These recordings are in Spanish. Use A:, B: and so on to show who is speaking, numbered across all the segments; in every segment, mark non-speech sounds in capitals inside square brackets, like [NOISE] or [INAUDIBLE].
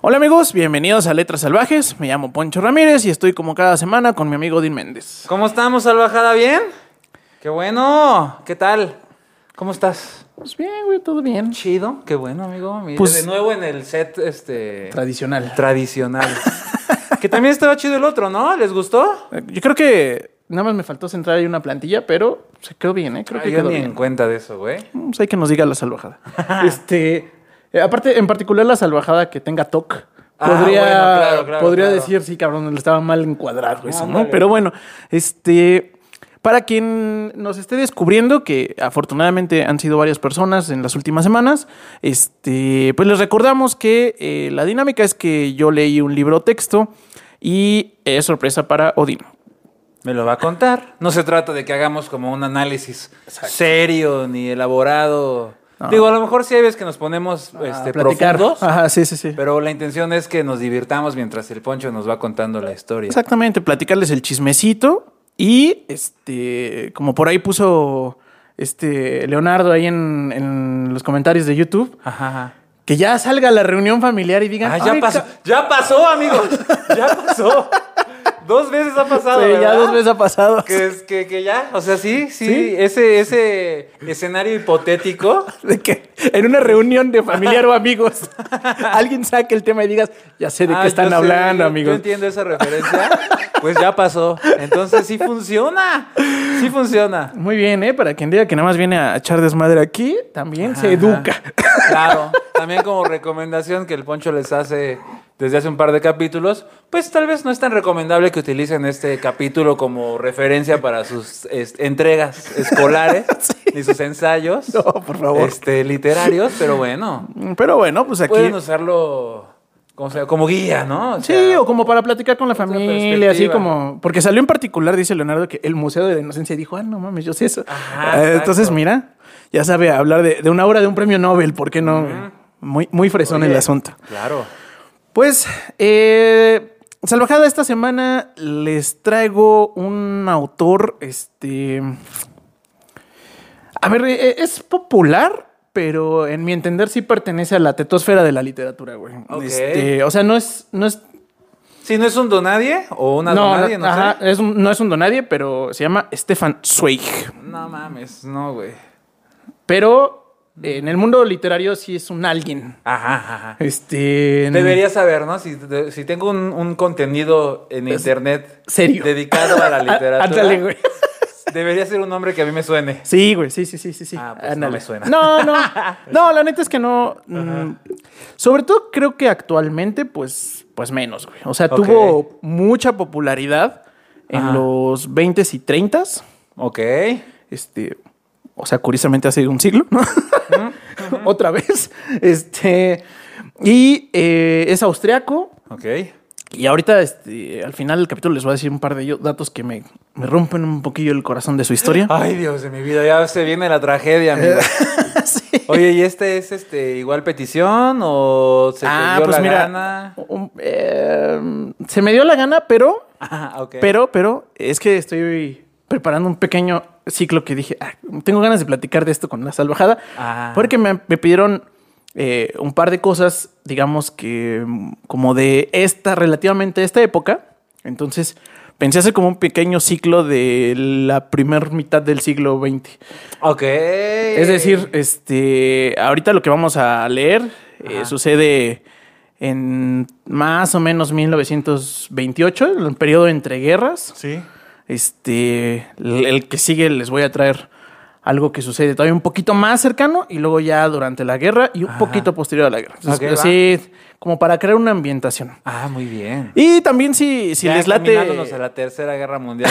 A: Hola amigos, bienvenidos a Letras Salvajes. Me llamo Poncho Ramírez y estoy como cada semana con mi amigo Din Méndez.
B: ¿Cómo estamos, salvajada? ¿Bien? ¡Qué bueno! ¿Qué tal? ¿Cómo estás?
A: Pues bien, güey, todo bien.
B: Chido, qué bueno, amigo. Mira,
A: Pues-
B: de nuevo en el set este
A: Tradicional.
B: tradicional. [LAUGHS] que también estaba chido el otro, ¿no? ¿Les gustó?
A: Yo creo que nada más me faltó centrar ahí una plantilla, pero se quedó bien, ¿eh? Creo
B: Ah,
A: que
B: yo
A: quedó
B: ni
A: bien.
B: en cuenta de eso, güey.
A: Mm, pues hay que nos diga la
B: [LAUGHS]
A: salvajada. este, eh, aparte, en particular la salvajada que tenga TOC.
B: Ah,
A: Podría,
B: bueno, claro, claro,
A: podría
B: claro.
A: decir, sí, cabrón, le estaba mal encuadrado eso, ¿no?
B: Ándale.
A: Pero bueno, este. Para quien nos esté descubriendo, que afortunadamente han sido varias personas en las últimas semanas, este, pues les recordamos que eh, la dinámica es que yo leí un libro texto y es sorpresa para Odín.
B: Me lo va a contar. No se trata de que hagamos como un análisis serio ni elaborado.
A: No.
B: Digo, a lo mejor sí hay veces que nos ponemos este,
A: A platicar.
B: profundos,
A: Ajá, sí, sí, sí.
B: pero la intención es que nos divirtamos mientras el Poncho nos va contando la historia.
A: Exactamente, platicarles el chismecito y este, como por ahí puso este Leonardo ahí en, en los comentarios de YouTube,
B: Ajá, ajá.
A: que ya salga la reunión familiar y digan,
B: Ah, ya
A: "Ay,
B: pasó.
A: ca-
B: Ya pasó,
A: [LAUGHS]
B: amigos. Ya pasó. dos veces ha pasado.
A: Sí, ya
B: ¿verdad?
A: dos veces ha pasado.
B: Que, es- que, que ya, o sea, sí, sí,
A: ¿Sí?
B: Ese, ese escenario hipotético.
A: [LAUGHS] De que en una reunión de familiar o amigos [LAUGHS] alguien saque el tema y digas, ya sé [LAUGHS] de
B: Ah,
A: qué están
B: yo sé,
A: hablando,
B: yo- Yo
A: amigos.
B: entiendo esa referencia. Pues ya pasó. Entonces sí funciona. Sí funciona.
A: Muy bien, ¿eh? Para quien diga que nada más viene a echar desmadre aquí, también se educa.
B: Claro. También como recomendación que el Poncho les hace desde hace un par de capítulos, pues tal vez no es tan recomendable que utilicen este capítulo como referencia para sus este,
A: [LAUGHS]
B: entregas escolares ni sus ensayos
A: No, por favor.
B: este, literarios, pero bueno,
A: Pero bueno, pues aquí...
B: pueden usarlo como, sea, como guía, ¿no? O
A: Sí,
B: sea,
A: o como para platicar con la familia,
B: perspectiva.
A: así como. Porque salió en particular, dice Leonardo, que el Museo de la Inocencia dijo, ah, no mames, yo sé eso.
B: Ajá,
A: Ah,
B: exacto.
A: Entonces, mira, ya sabe hablar de, de una obra de un premio Nobel, ¿por qué no? Muy, muy fresón el
B: Oye.
A: asunto.
B: Claro.
A: Pues, eh, salvajada, esta semana les traigo un autor, este... A ver, eh, es popular, pero en mi entender sí pertenece a la tetosfera de la literatura, güey.
B: Ok.
A: Este, o sea, no es, no es
B: Si no es un donadie o una
A: no,
B: donadie, no,
A: no, ajá,
B: sé.
A: es un- no es un donadie, pero se llama Stefan Zweig.
B: No mames, no, güey.
A: Pero eh, en el mundo literario sí es un alguien.
B: Ajá, ajá.
A: Este. en-
B: Debería saber, ¿no? Si, de- si tengo un, un contenido en internet
A: Pues, serio. [LAUGHS]
B: dedicado a la literatura,
A: Ah, ándale, güey.
B: debería ser un nombre que a mí me suene.
A: Sí, güey, sí, sí, sí, sí, sí.
B: Ah, pues, no
A: Ándale.
B: me suena.
A: No,
B: [LAUGHS]
A: no. No, la neta es que no. mm, sobre todo creo que actualmente, pues, pues menos, güey. O sea,
B: Ok.
A: tuvo mucha popularidad en
B: Ajá.
A: los 20s y 30s.
B: Ok.
A: este, o sea, curiosamente hace un siglo, ¿no? [LAUGHS] Otra vez, este, y eh, es austriaco.
B: Ok.
A: Y ahorita, este, al final del capítulo les voy a decir un par de ello- datos que me, me rompen un poquillo el corazón de su historia.
B: Ay, Dios de mi vida, ya se viene la tragedia, amigo.
A: [LAUGHS] Sí.
B: Oye, ¿y este es este igual petición o se
A: Ah,
B: te dio
A: pues
B: la gana?
A: un- Um, eh, se me dio la gana, pero,
B: Ah, ok.
A: pero, pero, es que estoy preparando un pequeño ciclo que dije, "Ah, tengo ganas de platicar de esto con la salvajada,
B: Ah.
A: Porque me, me pidieron eh, un par de cosas, digamos que mm, como de esta, relativamente esta época. Entonces pensé hacer como un pequeño ciclo de la primer mitad del siglo XX.
B: Ok.
A: Es decir, este, ahorita lo que vamos a leer eh,
B: Ajá.
A: sucede en más o menos 1928, el periodo entre guerras.
B: Sí.
A: Este, el el que sigue les voy a traer algo que sucede todavía un poquito más cercano y luego ya durante la guerra y un
B: Ajá.
A: poquito posterior a la guerra. Entonces,
B: Ok, va.
A: así como para crear una ambientación.
B: Ah, muy bien.
A: Y también si, si
B: Ya
A: les late...
B: encaminándonos a la Tercera Guerra Mundial.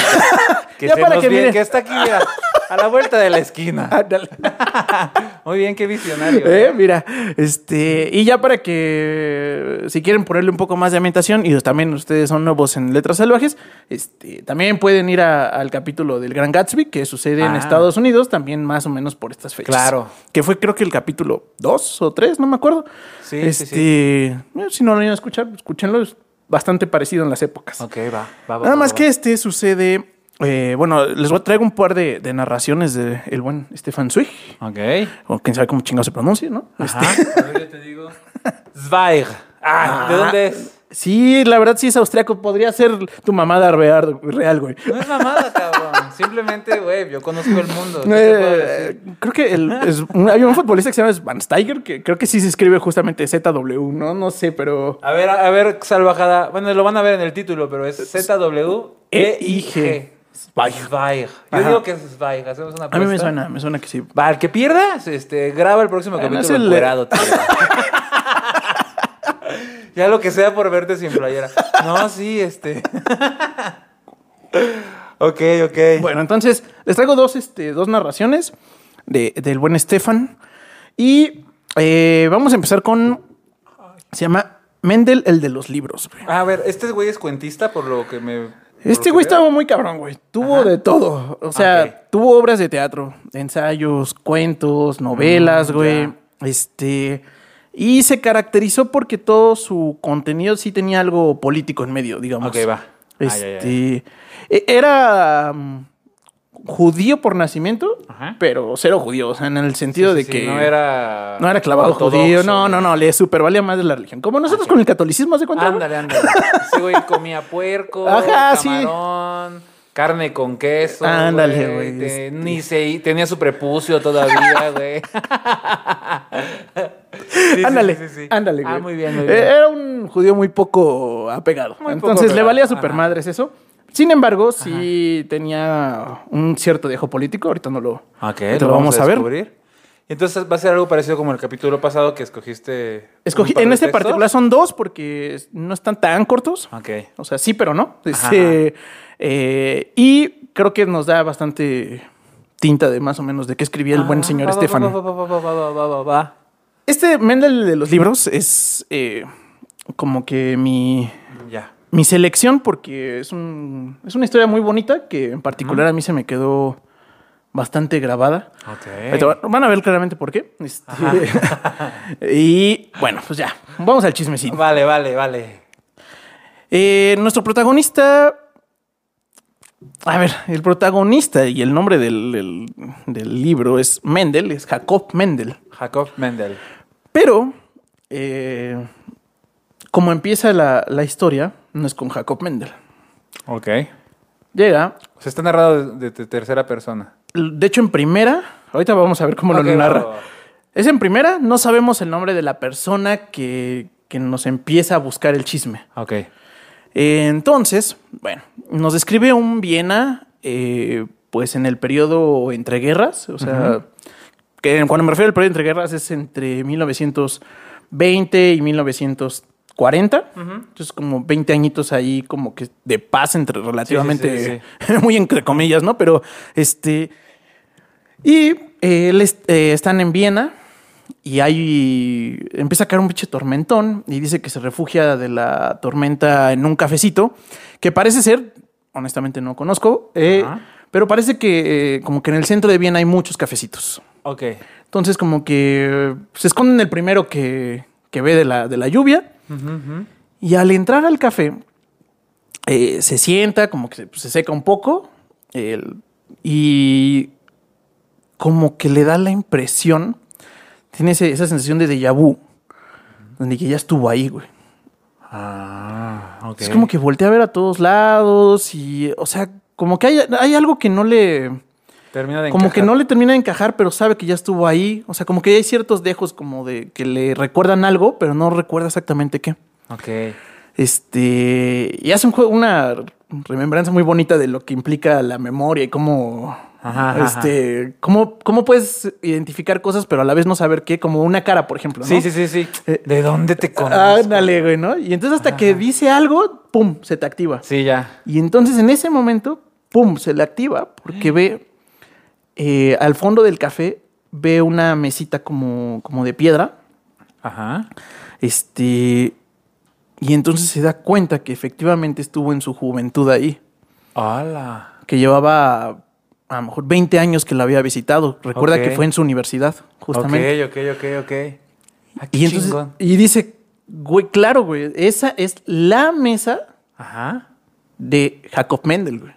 A: [LAUGHS]
B: Que,
A: Ya
B: se
A: para
B: nos
A: que
B: viene-
A: miren.
B: que está aquí mira, a la vuelta de la esquina.
A: [LAUGHS] Ándale.
B: [LAUGHS] Muy bien, qué visionario.
A: Eh,
B: ¿eh?
A: mira, este, y ya para que si quieren ponerle un poco más de ambientación y también ustedes son nuevos en Letras Salvajes, este, también pueden ir a- al capítulo del Gran Gatsby que sucede en
B: Ah.
A: Estados Unidos también más o menos por estas fechas.
B: Claro.
A: Que fue creo que el capítulo 2 o 3, no me acuerdo.
B: Sí, sí,
A: este, eh, si no lo han ido a escuchar, escúchenlo, es bastante parecido en las épocas.
B: Ok, va, va, va,
A: Nada
B: va,
A: más
B: va.
A: que este sucede eh, bueno, les voy a traer un par de, de narraciones del buen Stefan Zweig,
B: Ok.
A: Este- o quién sabe cómo chingado se pronuncia, ¿no?
B: Ajá. Yo te digo. Zweig. Ah, ¿de dónde es?
A: Sí, la verdad sí es austriaco. Podría ser tu mamada real, real güey.
B: No es mamada, cabrón. Simplemente, güey, yo conozco el mundo. ¿Qué te puedo decir?
A: Eh, creo que el- es un- había un futbolista que se llama Van Steiger, que creo que sí se escribe justamente ZW, ¿no? No sé, pero...
B: A ver, a ver, salvajada. Bueno, lo van a ver en el título, pero es
A: E-I-G. E
B: Z-W-E-I-G. Zweig. Yo
A: Ajá.
B: digo que es Zweig. Hacemos una
A: A mí me
B: apuesta.
A: suena, me suena que sí.
B: Va, el que pierdas, este, graba el próximo
A: Ah, no,
B: capítulo
A: es el- [LAUGHS]
B: encuerado, tío. ya lo que sea por verte sin playera. No, sí, este. [LAUGHS] ok, ok.
A: Bueno, entonces les traigo dos, este, dos narraciones de, del buen Stefan. Y eh, vamos a empezar con. Se llama Mendel, el de los libros. güey.
B: A ver, este güey es cuentista por lo que me. por
A: Este
B: lo
A: güey
B: que veo. Ah,
A: estaba muy cabrón, güey. Tuvo de todo. O sea,
B: Ok.
A: tuvo obras de teatro, ensayos,
B: Mm,
A: cuentos, novelas, güey. Este. Y se caracterizó porque todo su contenido sí tenía algo político en medio, digamos.
B: Ok, va. Ah, ya, ya, ya.
A: Este. e- Era. mm, judío por nacimiento,
B: Ajá.
A: pero cero judío. O sea, en el sentido
B: Sí,
A: de
B: sí,
A: que.
B: sí, No era.
A: no era clavado
B: ortodoxo, eh. Ah,
A: judío. No,
B: güey.
A: no, no. Le super valía más de la religión. Como nosotros con el catolicismo, ¿hace cuánto?
B: Ándale, ándale. Ese güey comía puerco,
A: Ajá, sí.
B: camarón, carne con queso.
A: Ándale, güey,
B: Te-
A: este.
B: Ni se tenía su
A: [LAUGHS]
B: prepucio todavía, güey. Sí, sí,
A: ándale,
B: sí, sí, sí.
A: ándale,
B: Ah,
A: güey.
B: muy bien, muy
A: Eh,
B: bien.
A: Era un judío muy poco apegado.
B: Muy poco
A: Entonces le
B: apegado,
A: valía
B: ajá.
A: supermadres eso. Sin embargo, sí tenía un cierto dejo político. Ahorita no lo,
B: Ah, ok,
A: ahorita
B: lo vamos a,
A: ver.
B: descubrir. Entonces va a ser algo parecido como el capítulo pasado que escogiste.
A: Escogí,
B: un par
A: en
B: de
A: este
B: textos.
A: particular son dos porque es- no están tan cortos.
B: Ok.
A: O sea, sí, pero no.
B: Ajá.
A: Este, eh, y creo que nos da bastante tinta de más o menos de qué escribía el buen
B: Ah,
A: señor
B: va, va,
A: Estefan.
B: va, va, va, va, va, va, va, va.
A: Este Mendel de los libros es eh, como que mi,
B: Ya.
A: mi selección porque es, un- es una historia muy bonita que en particular a mí se me quedó bastante grabada. Ahorita
B: Ok.
A: va- Van a ver claramente por qué. Este, [LAUGHS] y bueno, pues ya, vamos al chismecito.
B: Vale, vale, vale.
A: Eh, nuestro protagonista... A ver, el protagonista y el nombre del, del- del libro es Mendel, es Jacob Mendel.
B: Jacob Mendel.
A: Pero, eh, como empieza la, la historia, no es con Jacob Mendel.
B: Ok.
A: Llega
B: O sea, está narrado de, de tercera persona.
A: De hecho, en primera, ahorita vamos a ver cómo
B: Ok,
A: lo
B: va,
A: narra.
B: va, va.
A: Es en primera, no sabemos el nombre de la persona que, que nos empieza a buscar el chisme.
B: Ok.
A: Eh, entonces, bueno, nos describe un Viena, eh, pues en el periodo entre guerras, o sea, que cuando me refiero al periodo entre guerras es entre 1920 y 1940. Entonces, como 20 añitos ahí, como que de paz entre relativamente, [LAUGHS] muy entre comillas, ¿no? Pero este. Y eh, él es- eh, están en Viena y ahí empieza a caer un pinche tormentón y dice que se refugia de la tormenta en un cafecito, que parece ser, honestamente no conozco, eh,
B: Ajá.
A: pero parece que eh, como que en el centro de Viena hay muchos cafecitos.
B: Ok.
A: Entonces como que eh, se esconden el primero que, que ve de la, de la lluvia y al entrar al café eh, se sienta, como que se, se seca un poco el- y como que le da la impresión, tiene ese- esa sensación de déjà vu, donde que ya estuvo ahí, güey.
B: Ah, ok.
A: Es como que voltea a ver a todos lados y, o sea, como que hay, hay algo que no le...
B: Termina de
A: Como que no
B: encajar.
A: le termina de encajar, pero sabe que ya estuvo ahí. O sea, como que hay ciertos dejos como de que le recuerdan algo, pero no recuerda exactamente qué.
B: Ok.
A: Este. Y hace un jue- una remembranza muy bonita de lo que implica la memoria y cómo.
B: Ajá, ajá,
A: este. Cómo, cómo puedes identificar cosas, pero a la vez no saber qué, como una cara, por ejemplo. ¿no?
B: Sí, sí, sí, sí.
A: Eh,
B: ¿De dónde te conozco?
A: Ándale, güey, ¿no? Y entonces hasta que dice algo, pum, se te activa.
B: Sí, ya.
A: Y entonces en ese momento, pum, se le activa porque ve eh, al fondo del café, ve una mesita como, como de piedra.
B: Ajá.
A: Este. Y entonces se da cuenta que efectivamente estuvo en su juventud ahí,
B: Hola.
A: que llevaba a lo mejor 20 años que la había visitado. Recuerda
B: Ok.
A: que fue en su universidad, justamente.
B: Ok, ok, ok, ok. Ah, qué
A: Y entonces
B: chingón.
A: y dice, güey, claro, güey, esa es la mesa
B: Ajá.
A: de Jacob Mendel, güey,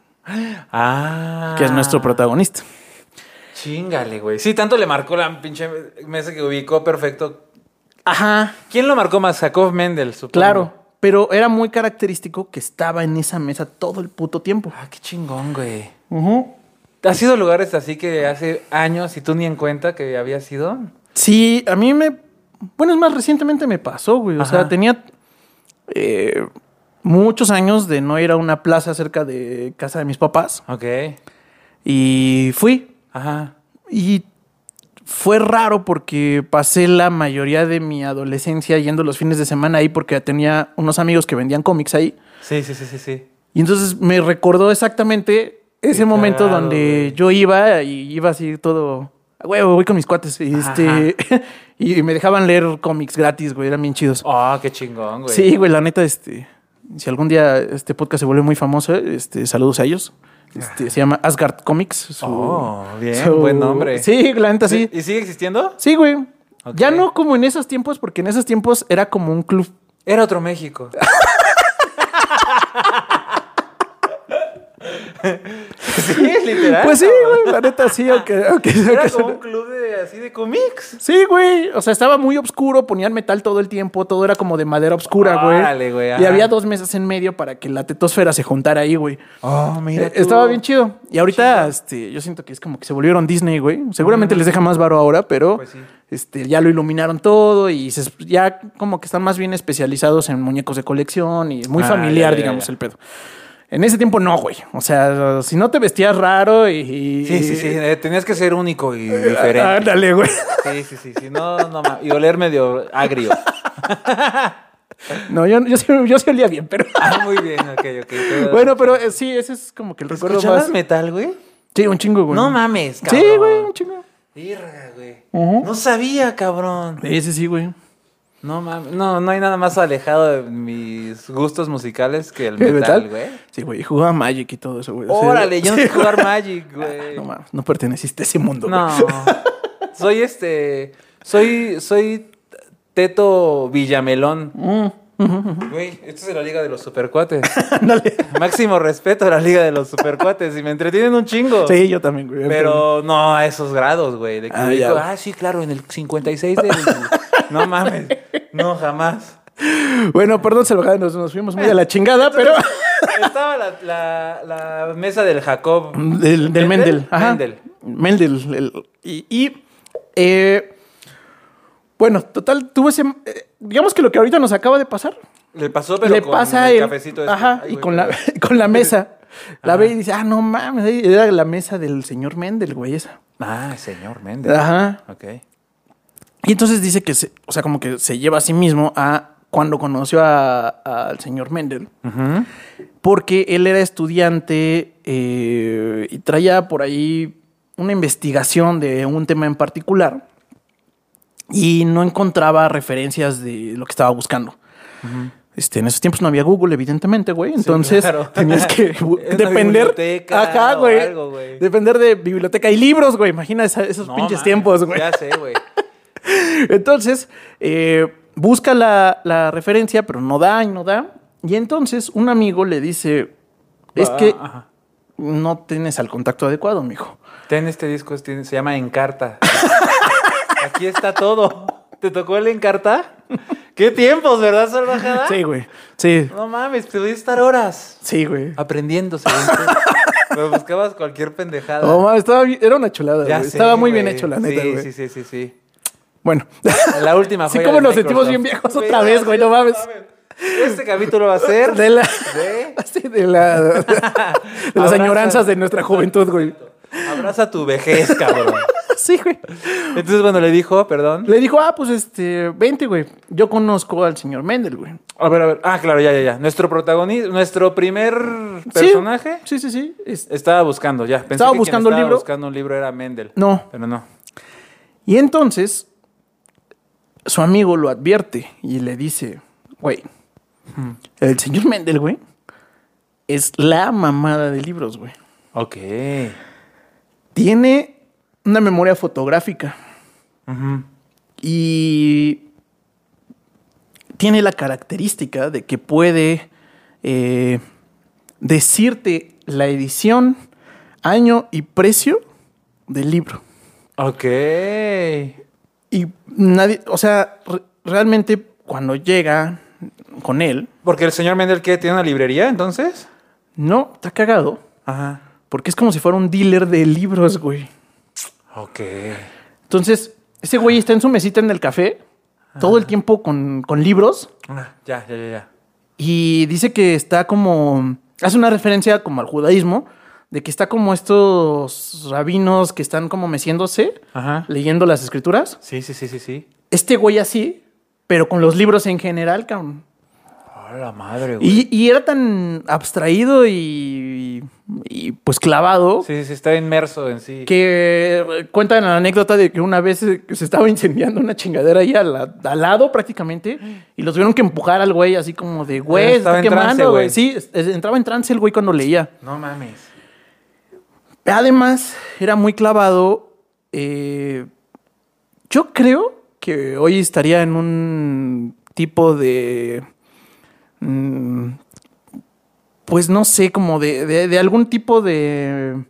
B: Ah.
A: que es nuestro protagonista.
B: Chingale, güey. Sí, tanto le marcó la pinche mesa que ubicó perfecto
A: Ajá,
B: ¿Quién lo marcó más? Jacob Mendel, supongo.
A: claro. Pero era muy característico que estaba en esa mesa todo el puto tiempo.
B: Ah, qué chingón, güey. ¿Has sido lugares así que hace años y tú ni en cuenta que había sido?
A: Sí, a mí me. Bueno, es más, recientemente me pasó, güey. O sea,
B: Ajá.
A: tenía eh, muchos años de no ir a una plaza cerca de casa de mis papás.
B: Ok.
A: Y fui.
B: Ajá.
A: Y fue raro porque pasé la mayoría de mi adolescencia yendo los fines de semana ahí porque tenía unos amigos que vendían cómics ahí.
B: Sí, sí, sí, sí, sí.
A: Y entonces me recordó exactamente ese
B: Qué
A: momento
B: cagado,
A: donde
B: güey.
A: yo iba y iba así todo, "A huevo, voy con mis cuates. Y, este, [LAUGHS] y me dejaban leer cómics gratis, güey, eran bien chidos.
B: Ah, qué chingón, güey.
A: Sí, güey, la neta, este, si algún día este podcast se vuelve muy famoso, este, saludos a ellos. Este, se llama Asgard Comics. su-
B: Oh, bien, buen nombre.
A: Sí, la neta, sí.
B: ¿Y sigue existiendo?
A: Sí, güey.
B: Ok.
A: Ya no como en esos tiempos, porque en esos tiempos era como un club.
B: Era otro México. [LAUGHS] sí, literal.
A: Pues sí, güey, la neta, sí, aunque, aunque-
B: ¿Eh? Era
A: aunque-
B: como un club de, así de cómics.
A: Sí, güey. O sea, estaba muy oscuro, ponían metal todo el tiempo, todo era como de madera oscura, güey.
B: Órale, güey,
A: Y
B: ajá.
A: había dos mesas en medio para que la tetosfera se juntara ahí, güey.
B: Oh,
A: Eh, Estaba bien chido. Y ahorita, este, yo siento que es como que se volvieron Disney, güey. Seguramente les deja más varo ahora, pero
B: Pues sí.
A: este, ya lo iluminaron todo y se- ya como que están más bien especializados en muñecos de colección y muy
B: Ah,
A: familiar,
B: ya, ya,
A: digamos,
B: ya.
A: el pedo. En ese tiempo no, güey. O sea, si no te vestías raro y. y-
B: Sí, sí, sí. eh, Tenías que ser único y
A: Ah,
B: diferente.
A: Ándale, güey. [LAUGHS]
B: Sí, sí, sí. sí, No, no, ma- y oler medio agrio.
A: No, yo, yo, sí- yo sí olía bien, pero.
B: Ah, muy bien, ok, ok. todo-
A: Bueno, pero eh, sí, ese es como que el recuerdo
B: ¿Escuchabas
A: más.
B: metal, güey?
A: Sí, un chingo, güey.
B: No mames, cabrón.
A: Sí, güey, un chingo.
B: Irga, güey. No sabía, cabrón.
A: Ese sí, güey.
B: No mames. No, no hay nada más alejado de mis gustos musicales que el
A: ¿El
B: metal, güey.
A: Sí, güey. Jugaba Magic y todo eso, güey. O sea,
B: Órale, yo no
A: sí,
B: sé jugar Magic,
A: [LAUGHS]
B: güey.
A: No mames, no perteneciste a ese mundo. güey.
B: No. Soy este. Soy. Soy Teto Villamelón.
A: Mm.
B: Güey, esto es de la Liga de los Supercuates.
A: [LAUGHS] Ándale.
B: Máximo respeto a la Liga de los Supercuates. Y me entretienen un chingo.
A: Sí, yo también, güey.
B: Pero no a esos grados, güey. De que
A: Ah,
B: digo,
A: ya, güey.
B: ah, sí, claro, en el 56 del. [LAUGHS] no mames. No, jamás.
A: Bueno, perdón, se lo acabo, nos, nos fuimos muy a la chingada,
B: [LAUGHS]
A: pero.
B: Estaba la, la- la mesa del Jacob.
A: Del, del Mendel. Ajá.
B: Mendel.
A: Mendel. el- y. y, eh, bueno, total, tuve ese. eh, digamos que lo que ahorita nos acaba de pasar.
B: Le pasó, pero
A: le
B: con
A: pasa
B: el,
A: el,
B: cafecito este.
A: ajá, y
B: Ay, güey,
A: con la, [LAUGHS]
B: perdón.
A: con
B: [LAUGHS]
A: la mesa. La ve y dice, ah, no mames, ahí era la mesa del señor Mendel, güey, esa.
B: Ah, señor Méndez.
A: Ajá.
B: Ok.
A: Y entonces dice que, se- o sea, como que se lleva a sí mismo a cuando conoció a- al señor Mendel, porque él era estudiante eh, y traía por ahí una investigación de un tema en particular y no encontraba referencias de lo que estaba buscando. Este, en esos tiempos no había Google, evidentemente, güey. Entonces
B: claro.
A: tenías
B: [LAUGHS]
A: que bu-
B: Era una
A: depender.
B: biblioteca
A: Ajá,
B: o
A: güey.
B: algo, güey.
A: Depender de biblioteca y libros, güey. Imagina esa- esos
B: No,
A: pinches
B: mames,
A: tiempos, güey.
B: Ya sé, güey.
A: Entonces, eh, busca la, la referencia, pero no da y no da. Y entonces un amigo le dice, [LAUGHS] es
B: Ah,
A: que
B: ajá.
A: no tienes al contacto adecuado, mijo.
B: Ten este disco, este- se llama Encarta. Aquí está todo. ¿Te tocó el Encarta? ¿Qué tiempos, verdad, salvajada?
A: Sí, güey. Sí,
B: No mames, te voy a estar horas
A: sí, güey.
B: Ah. aprendiendo, según tú. Pero pues, buscabas cualquier pendejada.
A: No, mames, estaba bien- era una chulada,
B: Ya
A: güey. Oh,
B: sé,
A: Estaba muy bien
B: güey.
A: hecho, la neta,
B: Sí,
A: güey.
B: sí, sí, sí, sí.
A: Bueno, [LAUGHS]
B: La última
A: Sí,
B: joya
A: cómo
B: de
A: nos sentimos bien
B: Microsoft.
A: viejos otra vez, güey, no mames.
B: Este capítulo va a
A: [LAUGHS]
B: ser
A: de la...
B: de
A: sí, de
B: [LAUGHS]
A: la- de las
B: Abraza-
A: añoranzas de nuestra juventud, güey. [LAUGHS]
B: Abraza tu vejez, cabrón.
A: Sí, güey.
B: Entonces, bueno, le dijo, perdón.
A: Le dijo, ah, pues este, vente, güey. Yo conozco al señor Mendel, güey.
B: A ver, a ver. Ah, claro, ya, ya, ya. Nuestro protagonista, nuestro primer personaje
A: Sí, sí, sí. sí. Este,
B: estaba buscando, ya. Pensé
A: Estaba
B: que quien
A: buscando un
B: estaba
A: libro.
B: buscando un libro era Mendel.
A: No.
B: Pero no.
A: Y entonces su amigo lo advierte y le dice, güey, el señor Mendel, güey, es la mamada de libros, güey.
B: Ok.
A: Tiene una memoria fotográfica
B: Ujú.
A: y tiene la característica de que puede eh, decirte la edición, año y precio del libro.
B: Ok.
A: Y nadie, o sea, re- realmente cuando llega con él,
B: Porque el señor Mendel, ¿qué? ¿Tiene una librería entonces?
A: no, está cagado,
B: Ajá.
A: porque es como si fuera un dealer de libros, güey.
B: Ok.
A: Entonces, ese güey está en su mesita en el café, todo el tiempo con, con libros,
B: Ah, Ya, ya, ya, ya.
A: y dice que está como, hace una referencia como al judaísmo, de que está como estos rabinos que están como meciéndose,
B: Ajá.
A: leyendo las escrituras.
B: Sí, sí, sí, sí, sí.
A: Este güey así, pero con los libros en general, cabrón.
B: A la madre, güey.
A: Y, y era tan abstraído y, y, pues clavado
B: Sí, sí, sí, está inmerso en sí.
A: que eh, cuentan la anécdota de que una vez eh, se estaba incendiando una chingadera ahí al, la- al lado prácticamente y los tuvieron que empujar al güey así como de güey, se
B: estaba
A: está
B: en trance,
A: quemando, güey.
B: güey.
A: Sí, es- es- entraba en trance el güey cuando leía.
B: No mames.
A: Además, era muy clavado. eh, yo creo que hoy estaría en un tipo de. mm, pues no sé, como de, de- de algún tipo de.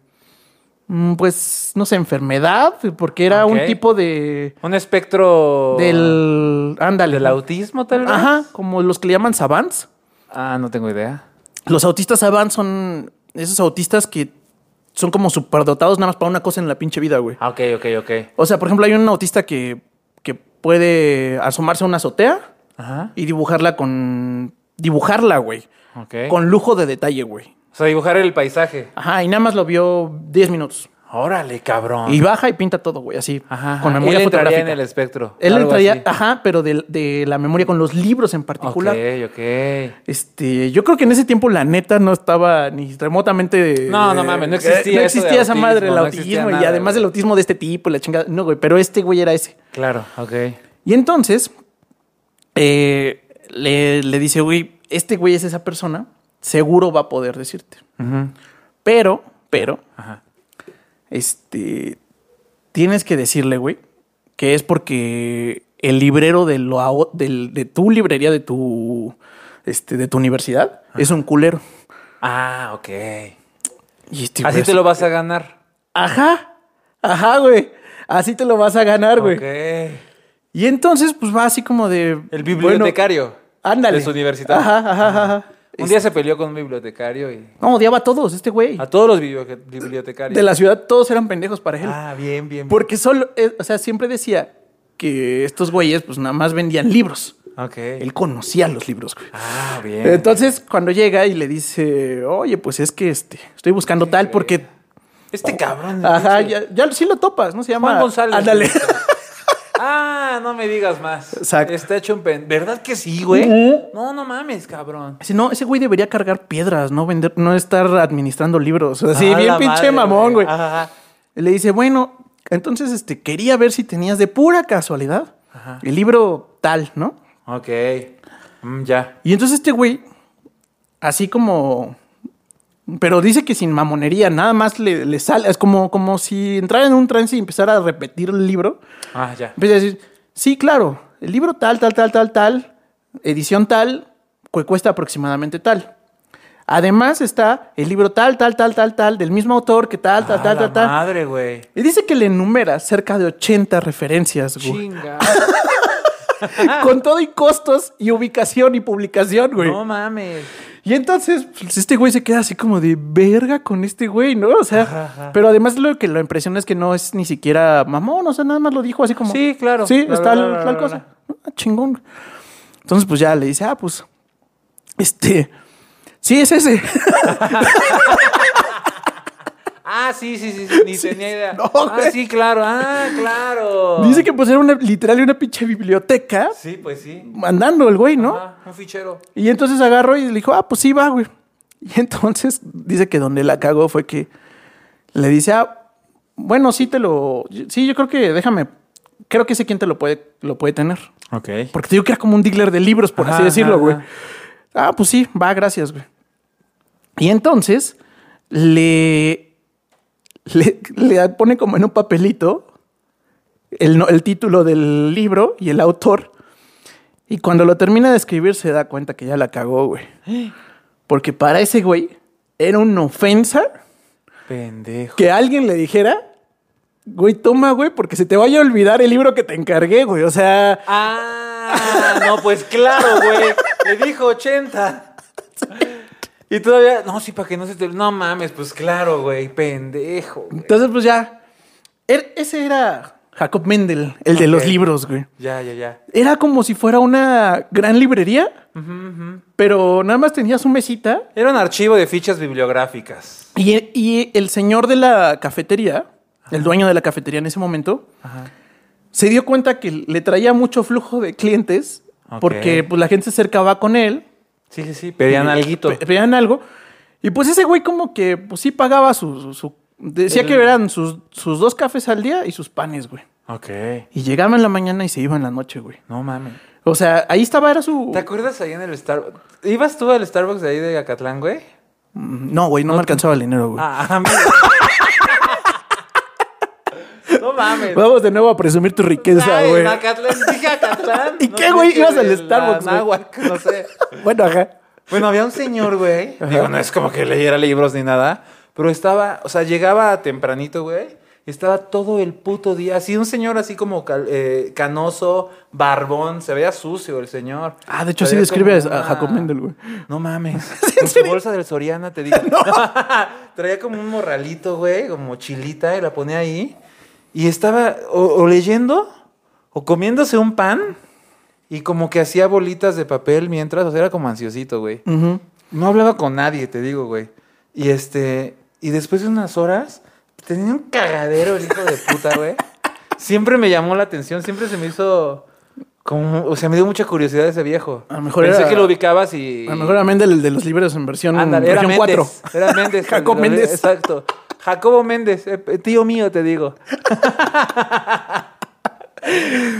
A: mm, Pues no sé, enfermedad, porque era
B: Ok.
A: un tipo de.
B: Un espectro.
A: Del. Ándale.
B: ¿Del autismo, tal vez?
A: Ajá, como los que le llaman savants.
B: Ah, no tengo idea.
A: Los autistas savants son esos autistas que son como superdotados nada más para una cosa en la pinche vida, güey.
B: Ah, ok, ok, ok.
A: O sea, por ejemplo, hay un autista que, que puede asomarse a una azotea
B: Ajá.
A: y dibujarla con. Dibujarla, güey.
B: Ok.
A: Con lujo de detalle, güey.
B: O sea, dibujar el paisaje.
A: Ajá, y nada más lo vio 10 minutos.
B: Órale, cabrón.
A: Y baja y pinta todo, güey, así.
B: Ah. Ajá. ajá.
A: Con memoria
B: Él entraría
A: fotográfica.
B: en el espectro.
A: Él
B: algo
A: entraría,
B: así.
A: ajá, pero de, de la memoria con los libros en particular.
B: Ok, ok.
A: Este, yo creo que en ese tiempo la neta no estaba ni remotamente.
B: No, no mames, no
A: eh,
B: existía
A: No
B: eso de
A: existía esa
B: autismo,
A: madre, el
B: no existía
A: autismo y
B: nada,
A: además
B: güey.
A: el autismo de este tipo, y la chingada. No, güey, pero este güey era ese.
B: Claro, ok.
A: Y entonces eh, le, le dice, güey, este güey es esa persona, seguro va a poder decirte.
B: Ujú.
A: Pero, pero,
B: Ajá.
A: este, tienes que decirle, güey, que es porque el librero de, lo, ao- del- de tu librería, de tu, este, de tu universidad, es un culero.
B: Ah, ok.
A: Y este
B: Así
A: güey
B: te lo vas a ganar.
A: Ajá, ajá, güey. Así te lo vas a ganar, güey.
B: Ok.
A: Y entonces, pues va así como de... bueno,
B: El bibliotecario.
A: ándale.
B: De su universidad.
A: Ajá, ajá, ajá. ajá.
B: Un día se peleó con un bibliotecario y.
A: No, odiaba a todos, este güey.
B: A todos los biblio- bibliotecarios.
A: De la ciudad todos eran pendejos para él.
B: Ah, bien, bien. bien.
A: Porque solo, eh, o sea, siempre decía que estos güeyes pues nada más vendían libros.
B: Ok.
A: Él conocía los libros, güey.
B: Ah, bien.
A: Entonces, cuando llega y le dice, oye, pues es que este, estoy buscando tal porque...
B: este cabrón.
A: Ajá,
B: pinche-
A: ya, ya sí lo topas, ¿no? Se llama...
B: Juan González.
A: Ándale.
B: [LAUGHS]
A: [LAUGHS]
B: Ah, no me digas más.
A: Exacto.
B: Está hecho un pen. ¿Verdad que sí, güey?
A: Ujú.
B: No, no mames, cabrón.
A: Así, no, ese güey debería cargar piedras, no vender, no estar administrando libros. Así,
B: Ah,
A: Pues bien
B: la
A: pinche
B: madre, Ah.
A: mamón, güey.
B: Ajá, ajá.
A: Y Le dice, bueno, entonces este, quería ver si tenías de pura casualidad
B: Ajá.
A: el libro tal, ¿no?
B: Ok. Mm, ya.
A: Y entonces este güey, así como... Pero dice que sin mamonería, nada más le, le sale. Es como, como si entrara en un trance y empezara a repetir el libro.
B: Ah, ya.
A: Empieza a decir, sí, claro, el libro tal, tal, tal, tal, tal, edición tal, que cuesta aproximadamente tal. Además está el libro tal, tal, tal, tal, tal, del mismo autor que tal, tal,
B: Ah,
A: tal,
B: la
A: tal, tal.
B: Madre, güey.
A: Y dice que le enumera cerca de 80 referencias, güey.
B: Chinga.
A: [LAUGHS] Con todo y costos y ubicación y publicación, güey.
B: no mames.
A: Y entonces, pues, este güey se queda así como de verga con este güey, ¿no? O sea, pero además lo que lo impresiona es que no es ni siquiera mamón, o sea, nada más lo dijo así como.
B: Sí, claro.
A: Sí,
B: Bla,
A: está
B: bla,
A: tal
B: bla,
A: tal
B: bla,
A: cosa. Ah, chingón. Entonces, pues ya le dice, ah, pues. Este. Sí, es ese.
B: [LAUGHS]
A: [LAUGHS]
B: Ah, sí, sí, sí, sí, ni tenía idea.
A: no,
B: ah,
A: güey.
B: sí, claro. Ah, claro.
A: Dice que pues era una, literal una pinche biblioteca
B: Sí, pues sí.
A: andando el güey, ¿no?
B: Ah, un fichero.
A: Y entonces agarró y le dijo, ah, pues sí va, güey. [LAUGHS] Y entonces dice que donde la cagó fue que le dice, ah, bueno, sí te lo. Sí, yo creo que déjame. Creo que sé quién te lo puede, lo puede tener.
B: Ok.
A: Porque te digo que era como un dealer de libros, por
B: Ajá,
A: así decirlo,
B: ajá,
A: güey.
B: ajá.
A: Ah, pues sí, va, gracias, güey. Y entonces le, le, le pone como en un papelito el, no- el título del libro y el autor. Y cuando lo termina de escribir se da cuenta que ya la cagó, güey. Porque para ese güey era una ofensa
B: Pendejo.
A: que alguien le dijera, güey, toma, güey, porque se te vaya a olvidar el libro que te encargué, güey. O sea,
B: Ah, Ah, no, pues claro, güey. Le dijo 80. Y todavía, no, sí, para que no se te... No mames, pues claro, güey, pendejo. güey.
A: Entonces, pues ya. Er- ese era Jacob Mendel, el de los
B: Ok.
A: libros, güey.
B: Ya, ya, ya.
A: Era como si fuera una gran librería, pero nada más tenía su mesita
B: Era un archivo de fichas bibliográficas.
A: y, y el señor de la cafetería, el dueño de la cafetería en ese momento,
B: Ajá.
A: se dio cuenta que le traía mucho flujo de clientes
B: Ok.
A: porque pues, la gente se acercaba con él,
B: Sí, sí, sí. Pedían
A: y-
B: alguito.
A: pe- pedían algo. Y pues ese güey como que pues sí pagaba su... su- su- decía
B: El-
A: que eran sus, sus dos cafés al día y sus panes, güey.
B: Ok.
A: Y llegaba en la mañana y se iba en la noche, güey.
B: No mames.
A: O sea, ahí estaba, era su...
B: ¿Te acuerdas ahí en el Starbucks? ¿Ibas tú al Starbucks de ahí de Acatlán, güey?
A: Mm, No, güey, no, me alcanzaba el dinero, güey.
B: [LAUGHS] Ah, mira. no mames.
A: Vamos de nuevo a presumir tu riqueza,
B: Ay,
A: güey.
B: Acatlán, dije Acatlán.
A: ¿Y
B: No
A: qué, güey?
B: dije
A: Ibas al
B: la
A: Starbucks, güey.
B: Náhuac, no sé.
A: Bueno, ajá.
B: Bueno, había un señor, güey. Digo, no es como que leyera libros ni nada. Pero estaba, o sea, llegaba tempranito, güey. y Estaba todo el puto día. Así un señor así como cal- eh, canoso, barbón. Se veía sucio el señor.
A: Ah, de hecho,
B: Se
A: sí
B: veía
A: describe
B: como
A: a- a
B: una-
A: Jacob Mendel, güey. [LAUGHS]
B: No mames. Con su bolsa del Soriana, te digo. [LAUGHS] Traía como un morralito, güey, como mochilita, y la ponía ahí. Y estaba o, o leyendo o comiéndose un pan y como que hacía bolitas de papel mientras, o sea, era como ansiosito, güey.
A: Ujú.
B: No hablaba con nadie, te digo, güey. Y este, y después de unas horas, tenía un cagadero el hijo de puta, güey. Siempre me llamó la atención, siempre se me hizo como, o sea, me dio mucha curiosidad ese viejo.
A: A lo mejor
B: Pensé
A: era-
B: que lo ubicabas y...
A: A lo mejor era Mendel el de los libros en versión,
B: Ándale, era
A: versión
B: Méndez.
A: 4. [LAUGHS]
B: Era Méndez.
A: Jacob
B: el- el-
A: Méndez.
B: Exacto. Jacobo Méndez, eh, tío mío,
A: [LAUGHS]
B: te digo.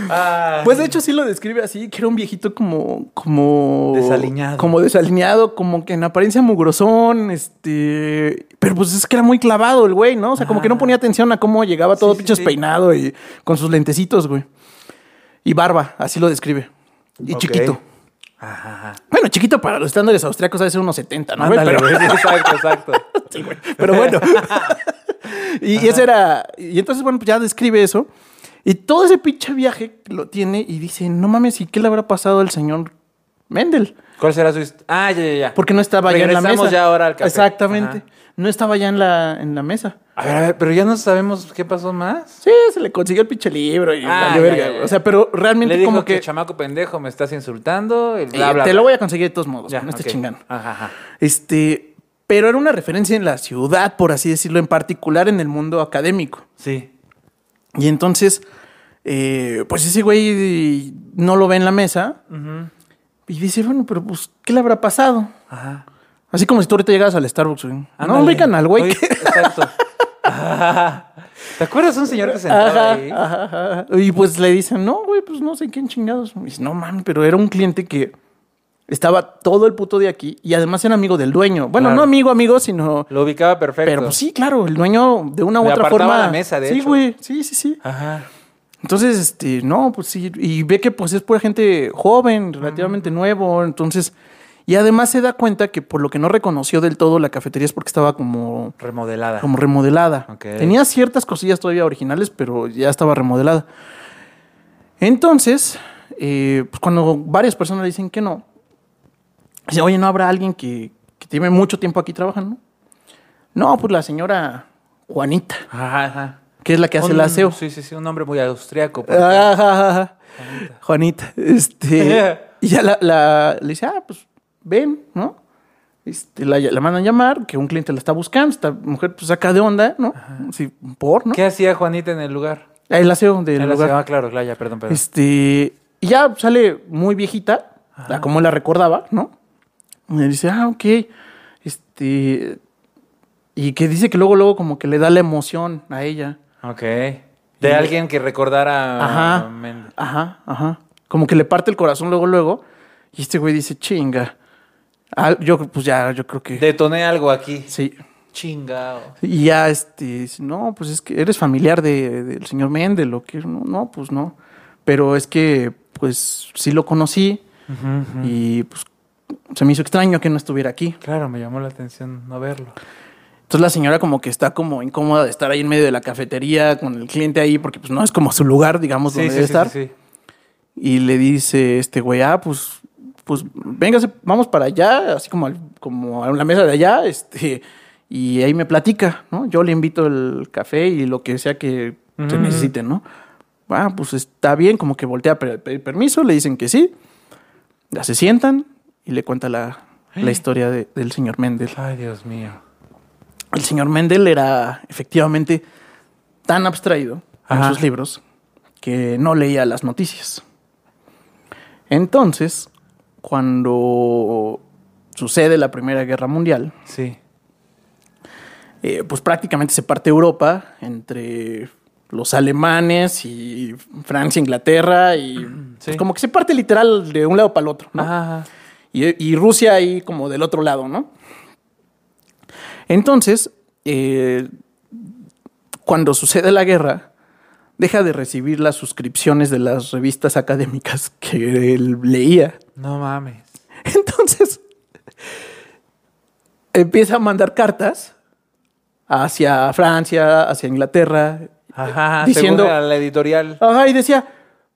B: Ah,
A: Pues de hecho sí lo describe así, que era un viejito como... como
B: Desaliñado.
A: Como desaliñado, como que en apariencia mugrosón, este... Pero pues es que era muy clavado el güey, ¿no? O sea, como que no ponía atención a cómo llegaba todo
B: Sí, sí,
A: pinches
B: sí.
A: peinado y con sus lentecitos, güey. Y barba, así lo describe. Y
B: ok.
A: chiquito.
B: Ajá, ajá.
A: Bueno, chiquito para los estándares austriacos debe ser unos 70, Ah, ¿no? güey?
B: Ándale,
A: pero,
B: güey, sí, Exacto, exacto.
A: [LAUGHS] Sí, güey. Pero bueno.
B: [LAUGHS]
A: y, y eso era. Y entonces, bueno, pues ya describe eso. Y todo ese pinche viaje lo tiene y dice: No mames, ¿y qué le habrá pasado al señor Mendel?
B: ¿Cuál será su hist- Ah, ya, ya, ya.
A: Porque no estaba ya en la
B: Regresamos
A: mesa.
B: ya ahora al café.
A: Exactamente.
B: Ajá.
A: No estaba ya en la, en la mesa.
B: A ver, a ver, pero ya no sabemos qué pasó más.
A: Sí, se le consiguió el pinche libro y
B: Ah,
A: valió
B: ya,
A: verga,
B: ya,
A: güey.
B: ya.
A: O sea, pero realmente
B: Le dijo
A: como
B: que,
A: que.
B: chamaco pendejo, me estás insultando. el
A: "Eh,
B: bla, bla,
A: te
B: bla".
A: lo voy a conseguir de todos modos.
B: Ya,
A: no estés
B: ok.
A: chingando.
B: Ajá, ajá.
A: Este. Pero era una referencia en la ciudad, por así decirlo, en particular en el mundo académico.
B: Sí.
A: Y entonces, eh, pues ese güey no lo ve en la mesa
B: Ujú.
A: y dice, bueno, pero pues, ¿qué le habrá pasado?
B: Ajá.
A: Así como si tú ahorita llegas al Starbucks, güey. No
B: Ándale.
A: ubican al güey.
B: Oye, [LAUGHS]
A: que-
B: Exacto. Ajá. ¿Te acuerdas de un señor que sentaba
A: Ajá,
B: ahí?
A: ajá, ajá. Y pues le dicen, no, güey, pues no sé quién chingados. Y dice, no mames, pero era un cliente que estaba todo el puto de aquí y además era amigo del dueño. Bueno,
B: Claro.
A: no amigo, amigo, sino.
B: Lo ubicaba perfecto.
A: Pero pues, sí, claro, el dueño de una u
B: Le
A: otra
B: apartaba
A: forma.
B: la mesa, de
A: sí,
B: hecho.
A: güey, sí, sí, sí.
B: Ajá.
A: Entonces, este, no, pues sí, y ve que pues es pura gente joven, relativamente nuevo, entonces, y además se da cuenta que por lo que no reconoció del todo la cafetería es porque estaba como,
B: Remodelada.
A: como remodelada.
B: Ok.
A: Tenía ciertas cosillas todavía originales, pero ya estaba remodelada. Entonces, eh, pues cuando varias personas le dicen que no, dice, oye, ¿no habrá alguien que, que tiene mucho tiempo aquí trabajando? No, pues la señora Juanita,
B: Ajá, ajá.
A: que es la que hace
B: Un-
A: el aseo. Ah,
B: Sí, sí, sí. Un hombre muy austriaco. por ejemplo.
A: Ajá, ajá. Juanita. Este. y ya la, la- le dice, ah, pues ven, ¿no? Este, la, la mandan a llamar, que un cliente la está buscando, esta mujer pues saca de onda, ¿no? Sí, por, ¿no?
B: ¿Qué hacía Juanita en el lugar?
A: El aseo del
B: En el
A: lugar.
B: aseo. Ah, claro, claro, ya, perdón, perdón.
A: Este, y ya sale muy viejita, la- como la recordaba, ¿no? Y le dice, ah, ok. Este, y que dice que luego, luego como que le da la emoción a ella.
B: Ok. De alguien que recordara.
A: Ajá.
B: Méndez.
A: Ajá, ajá. Como que le parte el corazón luego, luego. Y este güey dice, chinga. Ah, yo, pues ya, yo creo que.
B: Detoné algo aquí.
A: Sí.
B: Chingado.
A: Y ya, este, dice, no, pues es que eres familiar de- del señor Mendel, o que no, no, pues no. Pero es que, pues sí lo conocí y pues se me hizo extraño que no estuviera aquí.
B: Claro, me llamó la atención no verlo.
A: Entonces la señora como que está como incómoda de estar ahí en medio de la cafetería con el cliente ahí, porque pues no es como su lugar, digamos, donde debe estar. Y le dice este güey, ah, pues, pues, véngase, vamos para allá, así como, al- como a la mesa de allá, este, y ahí me platica, ¿no? Yo le invito el café y lo que sea que se
B: Ujú.
A: necesite, ¿no? Ah, pues está bien, como que voltea a pe- pedir permiso, le dicen que sí, ya se sientan y le cuenta la, la historia de- del señor Mendel.
B: Ay, Dios mío.
A: El señor Mendel era efectivamente tan abstraído
B: Ajá.
A: en sus libros que no leía las noticias. Entonces, cuando sucede la Primera Guerra Mundial,
B: Sí.
A: eh, pues prácticamente se parte Europa entre los alemanes y Francia, Inglaterra, y pues,
B: Sí.
A: como que se parte literal de un lado para el otro. ¿no?
B: Ajá, ajá.
A: Y, y Rusia ahí como del otro lado, ¿no? Entonces, eh, cuando sucede la guerra, deja de recibir las suscripciones de las revistas académicas que él leía. [LAUGHS]
B: No mames.
A: Entonces, empieza a mandar cartas hacia Francia, hacia Inglaterra.
B: Ajá,
A: Diciendo-
B: diciendo a la editorial.
A: Ajá, y decía,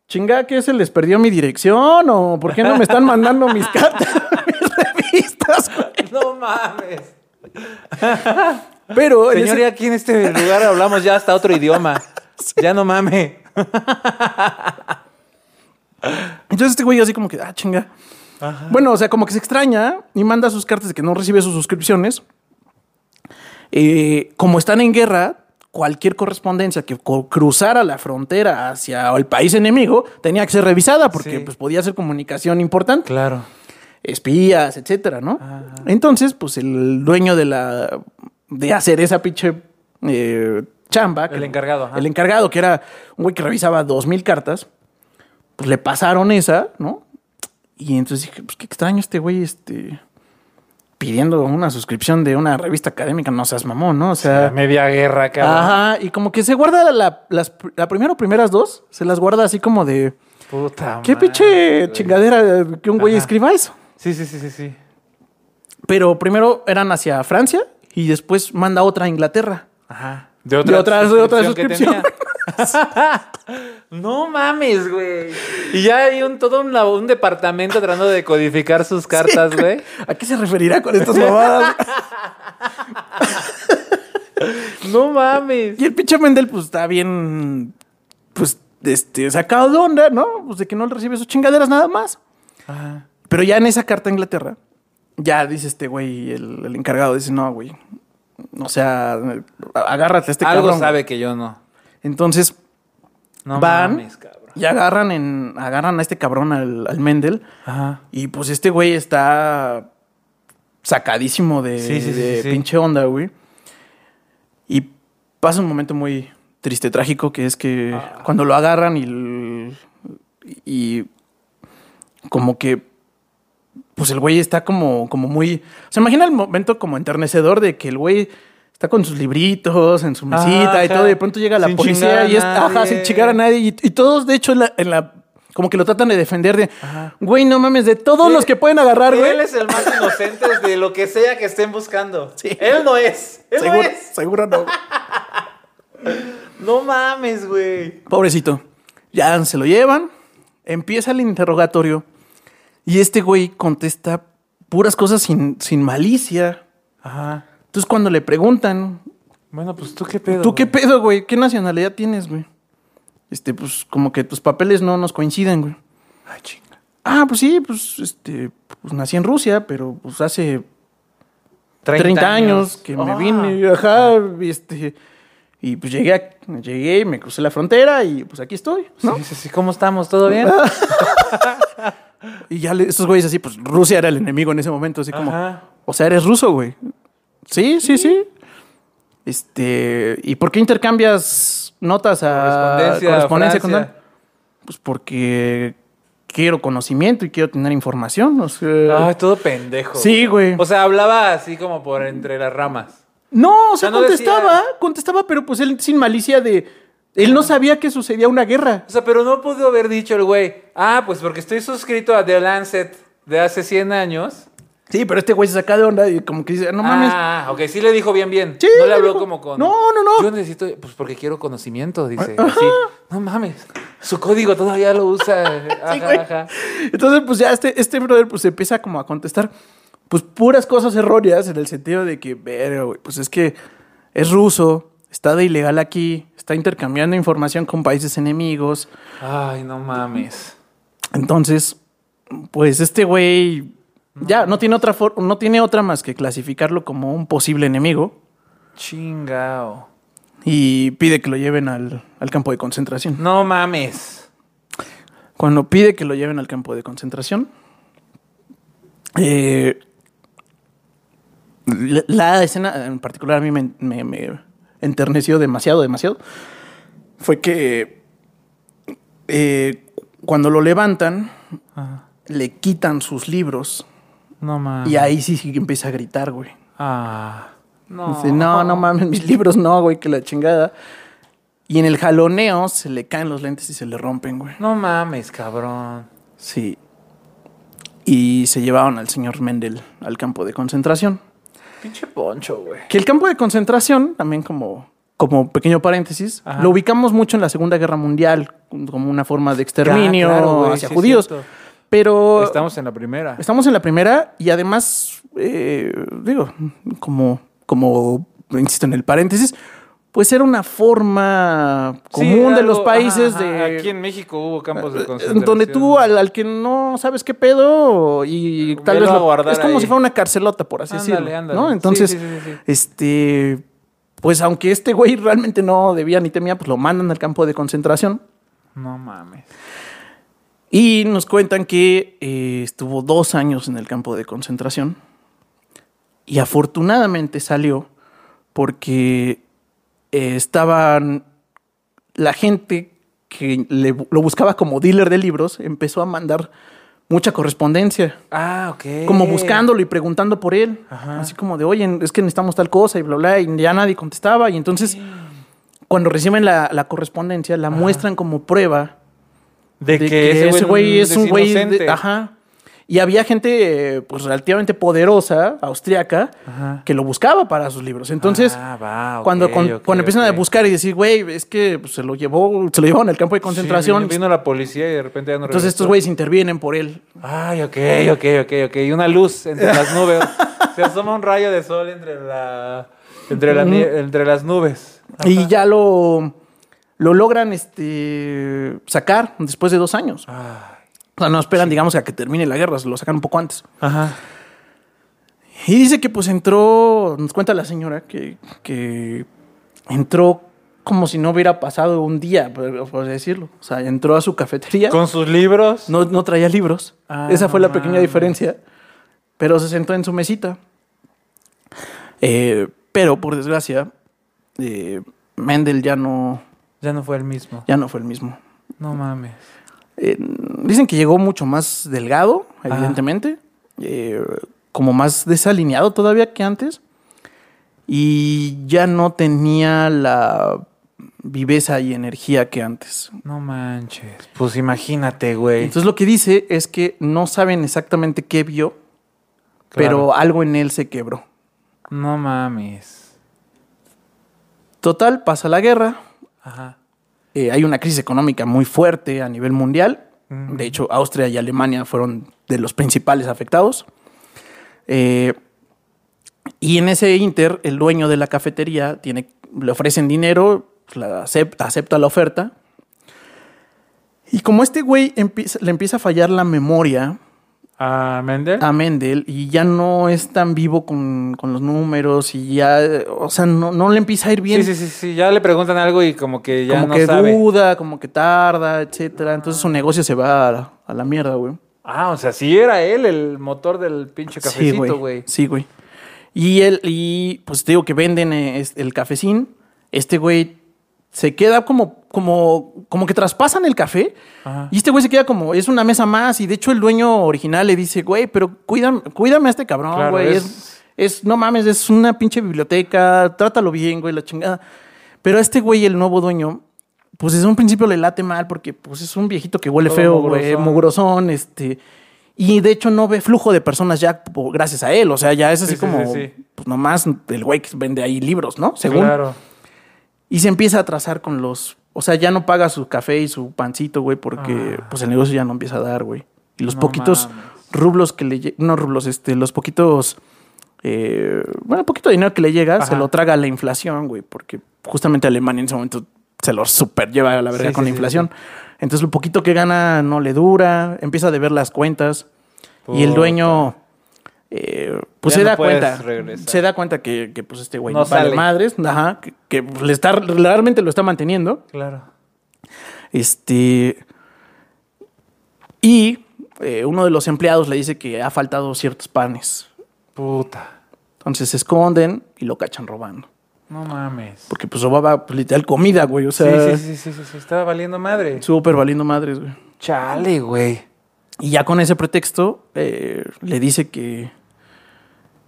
A: chinga, ¿qué se les perdió mi dirección? ¿O por qué no me están mandando mis cartas, mis [LAUGHS] revistas? güey?"
B: [LAUGHS] No mames.
A: Pero en ese-
B: Señor, ya aquí en este lugar hablamos ya hasta otro [LAUGHS] idioma. Ya no mames.
A: entonces este güey así como que, ah, chinga. Bueno, o sea, como que se extraña y manda sus cartas de que no recibe sus suscripciones. Eh, como están en guerra, cualquier correspondencia que co- cruzara la frontera hacia el país enemigo tenía que ser revisada porque
B: Sí.
A: pues, podía ser comunicación importante,
B: Claro.
A: espías, etcétera, ¿no?
B: Ajá.
A: Entonces, pues el dueño de la de hacer esa pinche eh, chamba,
B: El
A: que-
B: encargado, ajá.
A: el encargado que era un güey que revisaba dos mil cartas, pues le pasaron esa, ¿no? Y entonces dije, pues qué extraño este güey, este, pidiendo una suscripción de una revista académica, no seas mamón, ¿no? O sea,
B: media guerra, cabrón.
A: ajá, y como que se guarda la, las, la primera o primeras dos, se las guarda así como de,
B: Puta
A: qué
B: madre,
A: pinche
B: güey.
A: chingadera que un güey
B: Ajá.
A: escriba eso.
B: Sí, sí, sí, sí, sí.
A: Pero primero eran hacia Francia y después manda otra a Inglaterra.
B: Ajá. De
A: De otras- de otra suscripción.
B: que tenía. [LAUGHS] no mames, güey. Y ya hay un todo un, un departamento tratando de codificar sus cartas, güey.
A: ¿A qué se referirá con estas mamadas?
B: No mames.
A: [LAUGHS] y el pinche Mendel, pues está bien. Pues este, sacado de onda, ¿no? Pues de que no le recibe sus chingaderas nada más.
B: Ajá.
A: Pero ya en esa carta a Inglaterra, ya dice este güey, el, el encargado, dice: No, güey. O sea, agárrate a este
B: Algo
A: cabrón,
B: sabe que yo no.
A: güey". Entonces,
B: No
A: Van.
B: mames, cabrón.
A: ya agarran en. agarran a este cabrón al, al Mendel.
B: Ajá.
A: Y pues este güey está sacadísimo de,
B: Sí, sí, sí,
A: de
B: sí, sí.
A: pinche onda, güey. Y pasa un momento muy triste, trágico, que es que
B: Ah.
A: cuando lo agarran y, l- y como que, pues el güey está como, como muy... Se imagina el momento como enternecedor de que el güey está con sus libritos en su mesita y
B: Ajá.
A: todo, y de pronto llega la
B: Ah, Sin
A: policía
B: chingar a
A: y es, ajá, sin
B: nadie.
A: chingar a nadie, y, y todos de hecho en la... en la- como que lo tratan de defender de,
B: Ajá.
A: güey, no mames, de todos
B: Sí.
A: los que pueden agarrar, güey.
B: Él es el más inocente de lo que sea que estén [LAUGHS] buscando.
A: Sí.
B: Él no es. Él no
A: Seguro,
B: es.
A: seguro
B: [LAUGHS]
A: no.
B: No mames, güey.
A: Pobrecito. Ya se lo llevan. Empieza el interrogatorio. Y este güey contesta puras cosas sin, sin malicia.
B: Ajá.
A: Entonces, cuando le preguntan,
B: Bueno, pues tú qué pedo.
A: ¿tú qué pedo, güey? ¿Qué nacionalidad tienes, güey? Este, pues como que tus papeles no nos coinciden, güey.
B: Ay, chinga.
A: Ah, pues sí, pues este, pues nací en Rusia, pero pues hace 30, años. que me
B: Ah.
A: vine, ajá, este, y pues llegué, a- llegué, y me crucé la frontera y pues aquí estoy, ¿no? Ah.
B: Sí, sí, sí. ¿Cómo estamos? ¿Todo bien?
A: Y ya le- estos güeyes así, pues Rusia era el enemigo en ese momento, así como,
B: Ajá.
A: o sea, eres ruso, güey. Sí, sí, sí. Este, ¿y por qué intercambias notas a
B: Correspondencia,
A: con
B: Francia.
A: tal? Pues porque quiero conocimiento y quiero tener información, o sea,
B: Ay, todo pendejo.
A: Sí, güey.
B: O sea, hablaba así como por entre las ramas.
A: No, o sea,
B: sea, no
A: contestaba,
B: decía-
A: contestaba, pero pues él sin malicia de. Él no sabía que sucedía una guerra.
B: O sea, pero no pudo haber dicho el güey, ah, pues porque estoy suscrito a The Lancet de hace 100 años
A: Sí, pero este güey se saca de onda y como que dice, no mames.
B: Ah, ok, sí le dijo bien, bien.
A: Sí,
B: no le habló
A: dijo,
B: como con.
A: "No, no, no".
B: Yo necesito, pues porque quiero conocimiento, dice. así. No mames. Su código todavía lo usa.
A: [LAUGHS] Sí,
B: Ajá,
A: güey.
B: ajá.
A: Entonces, pues ya este, este brother pues empieza como a contestar pues puras cosas erróneas en el sentido de que, pero, güey, pues es que es ruso, está de ilegal aquí, está intercambiando información con países enemigos.
B: Ay, no mames.
A: Entonces, pues este güey ya no tiene otra for- no tiene otra más que clasificarlo como un posible enemigo
B: Chingao.
A: y pide que lo lleven al, al campo de concentración.
B: No mames.
A: Cuando pide que lo lleven al campo de concentración, eh, la, la escena en particular a mí me, me- me enterneció demasiado, demasiado. Fue que eh, cuando lo levantan,
B: Ajá.
A: le quitan sus libros
B: No mames.
A: y ahí sí, sí que empieza a gritar, güey.
B: Ah. No.
A: Dice, no, no mames, mis libros no, güey, que la chingada. Y en el jaloneo se le caen los lentes y se le rompen, güey.
B: No mames, cabrón.
A: Sí. Y se llevaron al señor Mendel al campo de concentración.
B: Pinche poncho, güey.
A: Que el campo de concentración, también como, como pequeño paréntesis,
B: Ajá.
A: lo ubicamos mucho en la Segunda Guerra Mundial, como una forma de exterminio
B: Ah, claro, güey,
A: hacia
B: sí es
A: judíos.
B: cierto.
A: Pero estamos,
B: Estamos en la primera.
A: en la primera y además, eh, digo, como, como, insisto en el paréntesis, pues era una forma
B: Sí,
A: común de los
B: algo-
A: países
B: ajá,
A: de...
B: Aquí en México hubo campos de
A: En
B: concentración.
A: Donde tú al, al que no sabes qué pedo y tal
B: Velo
A: vez
B: a
A: lo-
B: guardar
A: es como
B: ahí.
A: si fuera una carcelota, por así
B: Ándale,
A: decirlo.
B: ándale.
A: ¿no?
B: Sí,
A: Entonces,
B: sí, sí, sí.
A: este, pues aunque este güey realmente no debía ni temía, pues lo mandan al campo de concentración
B: No mames.
A: y nos cuentan que eh, estuvo dos años en el campo de concentración y afortunadamente salió porque eh, estaban la gente que le bu- lo buscaba como dealer de libros empezó a mandar mucha correspondencia
B: Ah, ok.
A: como buscándolo y preguntando por él.
B: Ajá.
A: Así como de, oye, es que necesitamos tal cosa y bla, bla, y ya nadie contestaba. Y entonces, cuando reciben la, la correspondencia, la muestran como prueba
B: De,
A: de que, ese güey es un güey. de-
B: inocente.
A: Ajá. Y había gente, eh, pues, relativamente poderosa, austriaca,
B: Ajá.
A: que lo buscaba para sus libros. Entonces,
B: Ah, va, ok,
A: cuando, con-
B: ok,
A: cuando empiezan a
B: ok.
A: buscar y decir, güey, es que pues, se lo llevó, se lo llevaron al campo de concentración.
B: Sí, vino la policía y de repente ya no
A: entonces,
B: regresó.
A: estos güeyes intervienen por él.
B: Ay, ok, ok, ok, ok. Y una luz entre las nubes.
A: [LAUGHS]
B: Se asoma un rayo de sol entre la. Entre, la nie- entre las nubes.
A: Y ya lo, lo logran este, sacar después de dos años.
B: Ay.
A: O sea, no esperan, digamos, a que termine la guerra, se lo sacan un poco antes.
B: Ajá.
A: Y dice que pues entró, nos cuenta la señora, que, que entró como si no hubiera pasado un día, por, por decirlo. O sea, entró a su cafetería,
B: Con sus libros.
A: no, no traía libros.
B: Ah,
A: Esa fue la
B: no
A: pequeña
B: mames.
A: diferencia. Pero se sentó en su mesita. Eh, pero, por desgracia, eh, Mendel ya no,
B: Ya no fue el mismo.
A: ya no fue el mismo.
B: No mames.
A: Eh, dicen que llegó mucho más delgado,
B: Ajá.
A: evidentemente, eh, como más desalineado todavía que antes, y ya no tenía la viveza y energía que antes.
B: No manches. Pues imagínate, güey.
A: Entonces lo que dice es que no saben exactamente qué vio,
B: Claro.
A: pero algo en él se quebró.
B: No mames.
A: Total, pasa la guerra,
B: Ajá.
A: eh, hay una crisis económica muy fuerte a nivel mundial. De hecho, Austria y Alemania fueron de los principales afectados. Eh, y en ese inter, el dueño de la cafetería tiene, le ofrecen dinero, la acep- acepta la oferta. Y como este güey empieza- le empieza a fallar la memoria
B: ¿A Mendel?
A: a Mendel y ya no es tan vivo con, con los números y ya, o sea, no, no le empieza a ir bien
B: Sí, sí, sí, sí. Ya le preguntan algo y como que ya
A: como
B: no
A: que
B: sabe.
A: duda, como que tarda, etcétera. Entonces su negocio se va a la, a la mierda, güey.
B: Ah, o sea, sí era él el motor del pinche este cafecito, güey.
A: Sí, güey. Y él, y pues te digo que venden eh, es- el cafecín. Este güey se queda como, como, como que traspasan el café.
B: Ajá.
A: Y este güey se queda como, es una mesa más. Y de hecho, el dueño original le dice, güey, pero cuídame, cuídame a este cabrón,
B: Claro,
A: güey.
B: es-
A: Es... es- no mames, es una pinche biblioteca. Trátalo bien, güey, la chingada. Pero a este güey, el nuevo dueño, pues desde un principio le late mal porque pues es un viejito que huele
B: Todo
A: feo, güey,
B: mugrosón.
A: mugrosón, este. Y de hecho no ve flujo de personas ya po- gracias a él. O sea, ya es así
B: Sí, sí,
A: como,
B: sí, sí.
A: pues nomás el güey que vende ahí libros, ¿no? Según.
B: Claro.
A: Y se empieza a atrasar con los... O sea, ya no paga su café y su pancito, güey, porque
B: Ah.
A: pues el negocio ya no empieza a dar, güey. Y los
B: No
A: poquitos
B: mames.
A: rublos que le... lle- No rublos, este, los poquitos... eh, bueno, poquito dinero que le llega
B: Ajá.
A: se lo traga la inflación, güey, porque justamente Alemania en ese momento se lo super lleva a la verga
B: Sí,
A: con
B: sí,
A: la
B: sí,
A: inflación. Entonces lo poquito que gana no le dura, empieza a deber las cuentas y el
B: Puta.
A: dueño... eh, pues
B: Ya
A: se
B: no
A: da
B: puedes
A: cuenta,
B: regresar.
A: se da cuenta que, que, pues este güey
B: No
A: no vale
B: sale.
A: madres, ajá, que, que, pues, le está, realmente lo está manteniendo.
B: Claro.
A: Este. Y eh, uno de los empleados le dice que ha faltado ciertos panes.
B: Puta.
A: Entonces se esconden y lo cachan robando.
B: No mames.
A: Porque pues robaba pues, literal comida, güey. O
B: Sí,
A: sea,
B: sí, sí, sí, sí, sí, Estaba valiendo madre.
A: súper valiendo madres, güey.
B: Chale, güey.
A: Y ya con ese pretexto eh, le dice que,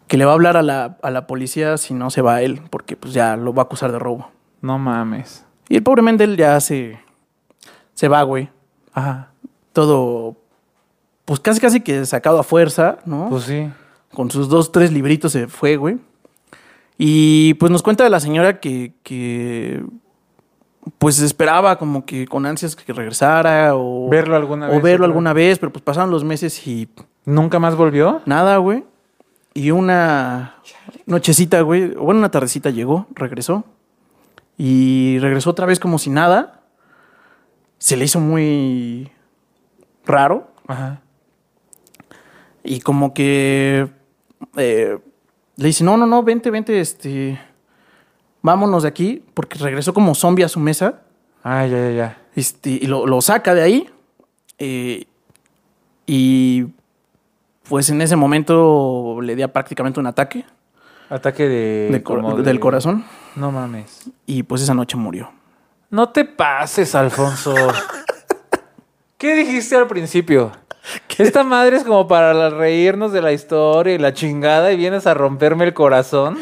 A: que le va a hablar a la, a la policía si no se va él, porque pues ya lo va a acusar de robo.
B: No mames.
A: Y el pobre Mendel ya se, se va, güey.
B: Ajá.
A: Todo, pues casi casi que sacado a fuerza, ¿no?
B: Pues sí.
A: Con sus dos, tres libritos se fue, güey. Y pues nos cuenta de la señora que, que pues esperaba como que con ansias que regresara o
B: Verlo alguna
A: o
B: vez.
A: verlo
B: otra
A: alguna vez, pero pues pasaron los meses y
B: vez. ¿Nunca más volvió?
A: nada, güey. Y una nochecita, güey, o bueno, una tardecita llegó, regresó. Y regresó otra vez como si nada. Se le hizo muy raro.
B: Ajá.
A: Y como que eh, le dice, no, no, no, vente, vente, este, vámonos de aquí, porque regresó como zombie a su mesa,
B: Ah, ya, ya, ya.
A: este, y lo, lo saca de ahí. eh, y pues en ese momento le da prácticamente un ataque
B: Ataque de,
A: de cor-
B: como de-
A: del corazón
B: No mames.
A: y pues esa noche murió.
B: No te pases,
A: [LAUGHS]
B: Alfonso. ¿Qué dijiste al principio? Esta madre es como para la- reírnos de la historia y la chingada y vienes a romperme
A: [LAUGHS]
B: el corazón.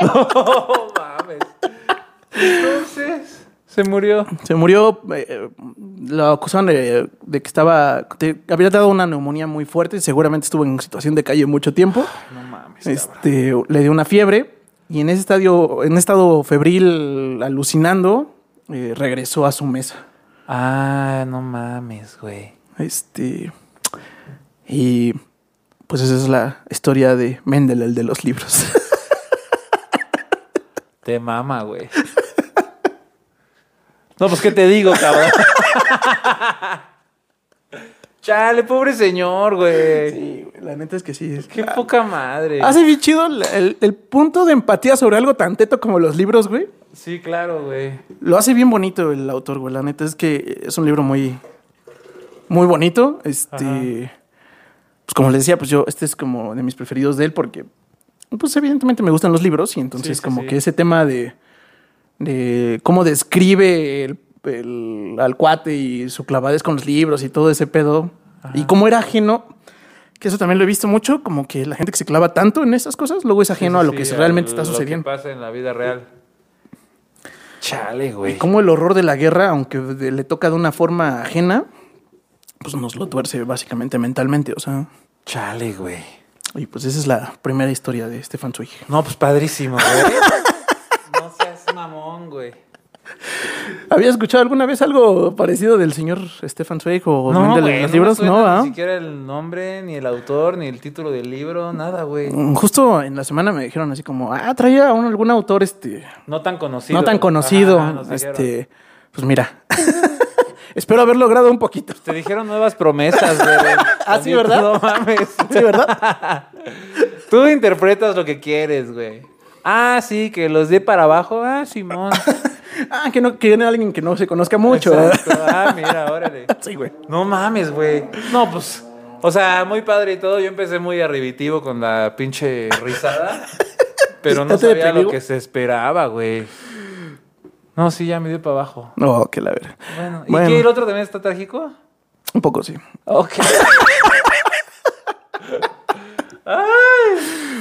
B: no mames. Entonces, se murió.
A: Se murió, eh, eh, lo acusaron de, de que estaba, de- había dado una neumonía muy fuerte, seguramente estuvo en situación de calle mucho tiempo.
B: No mames.
A: este, le dio una fiebre y en ese estadio, en estado febril alucinando, eh, regresó a su mesa.
B: Ah, no mames, güey.
A: Este, y pues esa es la historia de Mendel, el de los libros.
B: Te mama, güey. No, pues qué te digo, cabrón. [LAUGHS] Chale, pobre señor,
A: [LAUGHS]
B: güey.
A: Sí, güey, la neta es que sí. es-
B: Qué poca madre.
A: Hace Ah, bien chido el, el- el punto de empatía sobre algo tan teto como los libros, güey.
B: Sí, claro, güey.
A: Lo hace bien bonito el autor, güey. La neta es que es un libro muy, muy bonito. Este, pues como les decía, pues yo, este es como de mis preferidos de él porque, pues evidentemente me gustan los libros y entonces
B: sí,
A: como
B: sí.
A: que ese tema de, de cómo describe el, el- al cuate y su clavadez con los libros y todo ese pedo y cómo era ajeno. Que eso también lo he visto mucho, como que la gente que se clava tanto en esas cosas, luego es ajeno
B: Sí,
A: a
B: sí,
A: lo que
B: sí,
A: realmente
B: a
A: está sucediendo.
B: Lo que pasa en la vida real. Chale, güey.
A: Como el horror de la guerra, aunque de- le toca de una forma ajena, pues nos lo tuerce básicamente mentalmente, o sea.
B: Chale, güey.
A: Y pues esa es la primera historia de Stefan Zweig.
B: No, pues padrísimo, güey. [LAUGHS] no seas mamón, güey.
A: ¿Había escuchado alguna vez algo parecido del señor Stefan Zweig o Mendel
B: güey,
A: en los
B: me
A: libros?
B: suena
A: No, ¿ah?
B: Ni siquiera el nombre, ni el autor, ni el título del libro, nada, güey.
A: Mm, Justo en la semana me dijeron así como, ah, traía un- algún autor este
B: No tan conocido.
A: no tan
B: Ajá,
A: conocido.
B: ajá, nos dijeron.
A: este, pues mira, [LAUGHS] espero haber logrado un poquito.
B: Te dijeron nuevas promesas, güey.
A: [LAUGHS] Ah, sí,
B: También tú
A: ¿verdad?
B: No mames.
A: [LAUGHS] Sí, ¿verdad?
B: [LAUGHS] Tú interpretas lo que quieres, güey. Ah, sí, que los dé para abajo. Ah, Simón.
A: ah, que no, que viene alguien que no se conozca [LAUGHS] mucho.
B: Exacto. Ah, mira, órale.
A: [LAUGHS] sí, güey.
B: No mames, güey. No, pues. O sea, muy padre y todo. Yo empecé muy arribitivo con la pinche
A: [LAUGHS]
B: risada. pero no
A: ¿Ya te
B: sabía lo
A: deprimió?
B: que se esperaba, güey. No, sí, ya me dio para abajo.
A: No, que la verga.
B: Bueno, ¿y
A: Bueno.
B: qué? ¿El otro también está trágico?
A: Un poco sí.
B: Ok.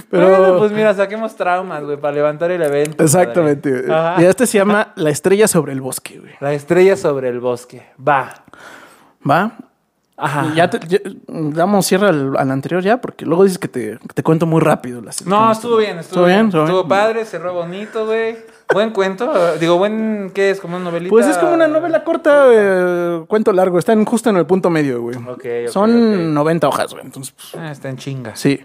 A: Pero-
B: Bueno, pues mira, saquemos traumas, güey, para levantar el evento.
A: Exactamente.
B: padre. Ajá.
A: Y este se llama La estrella sobre el bosque, güey.
B: La estrella sobre el bosque. Va.
A: ¿Va? Ajá. Ya, te- ya- damos cierre al, al anterior ya, porque luego dices que te, que te cuento muy rápido. las-
B: No, estuvo bien, estuvo
A: ¿Estuvo bien?
B: bien.
A: ¿Estuvo bien?
B: Estuvo padre, cerró bonito, güey. Buen cuento. eh, Digo, buen, ¿qué es? ¿Como una novelita?
A: Pues es como una novela corta, eh, cuento largo. Están justo en el punto medio, güey.
B: Ok, ok,
A: Son
B: ok.
A: 90 hojas, güey. Entonces, pues,
B: Ah, está en chingas.
A: sí.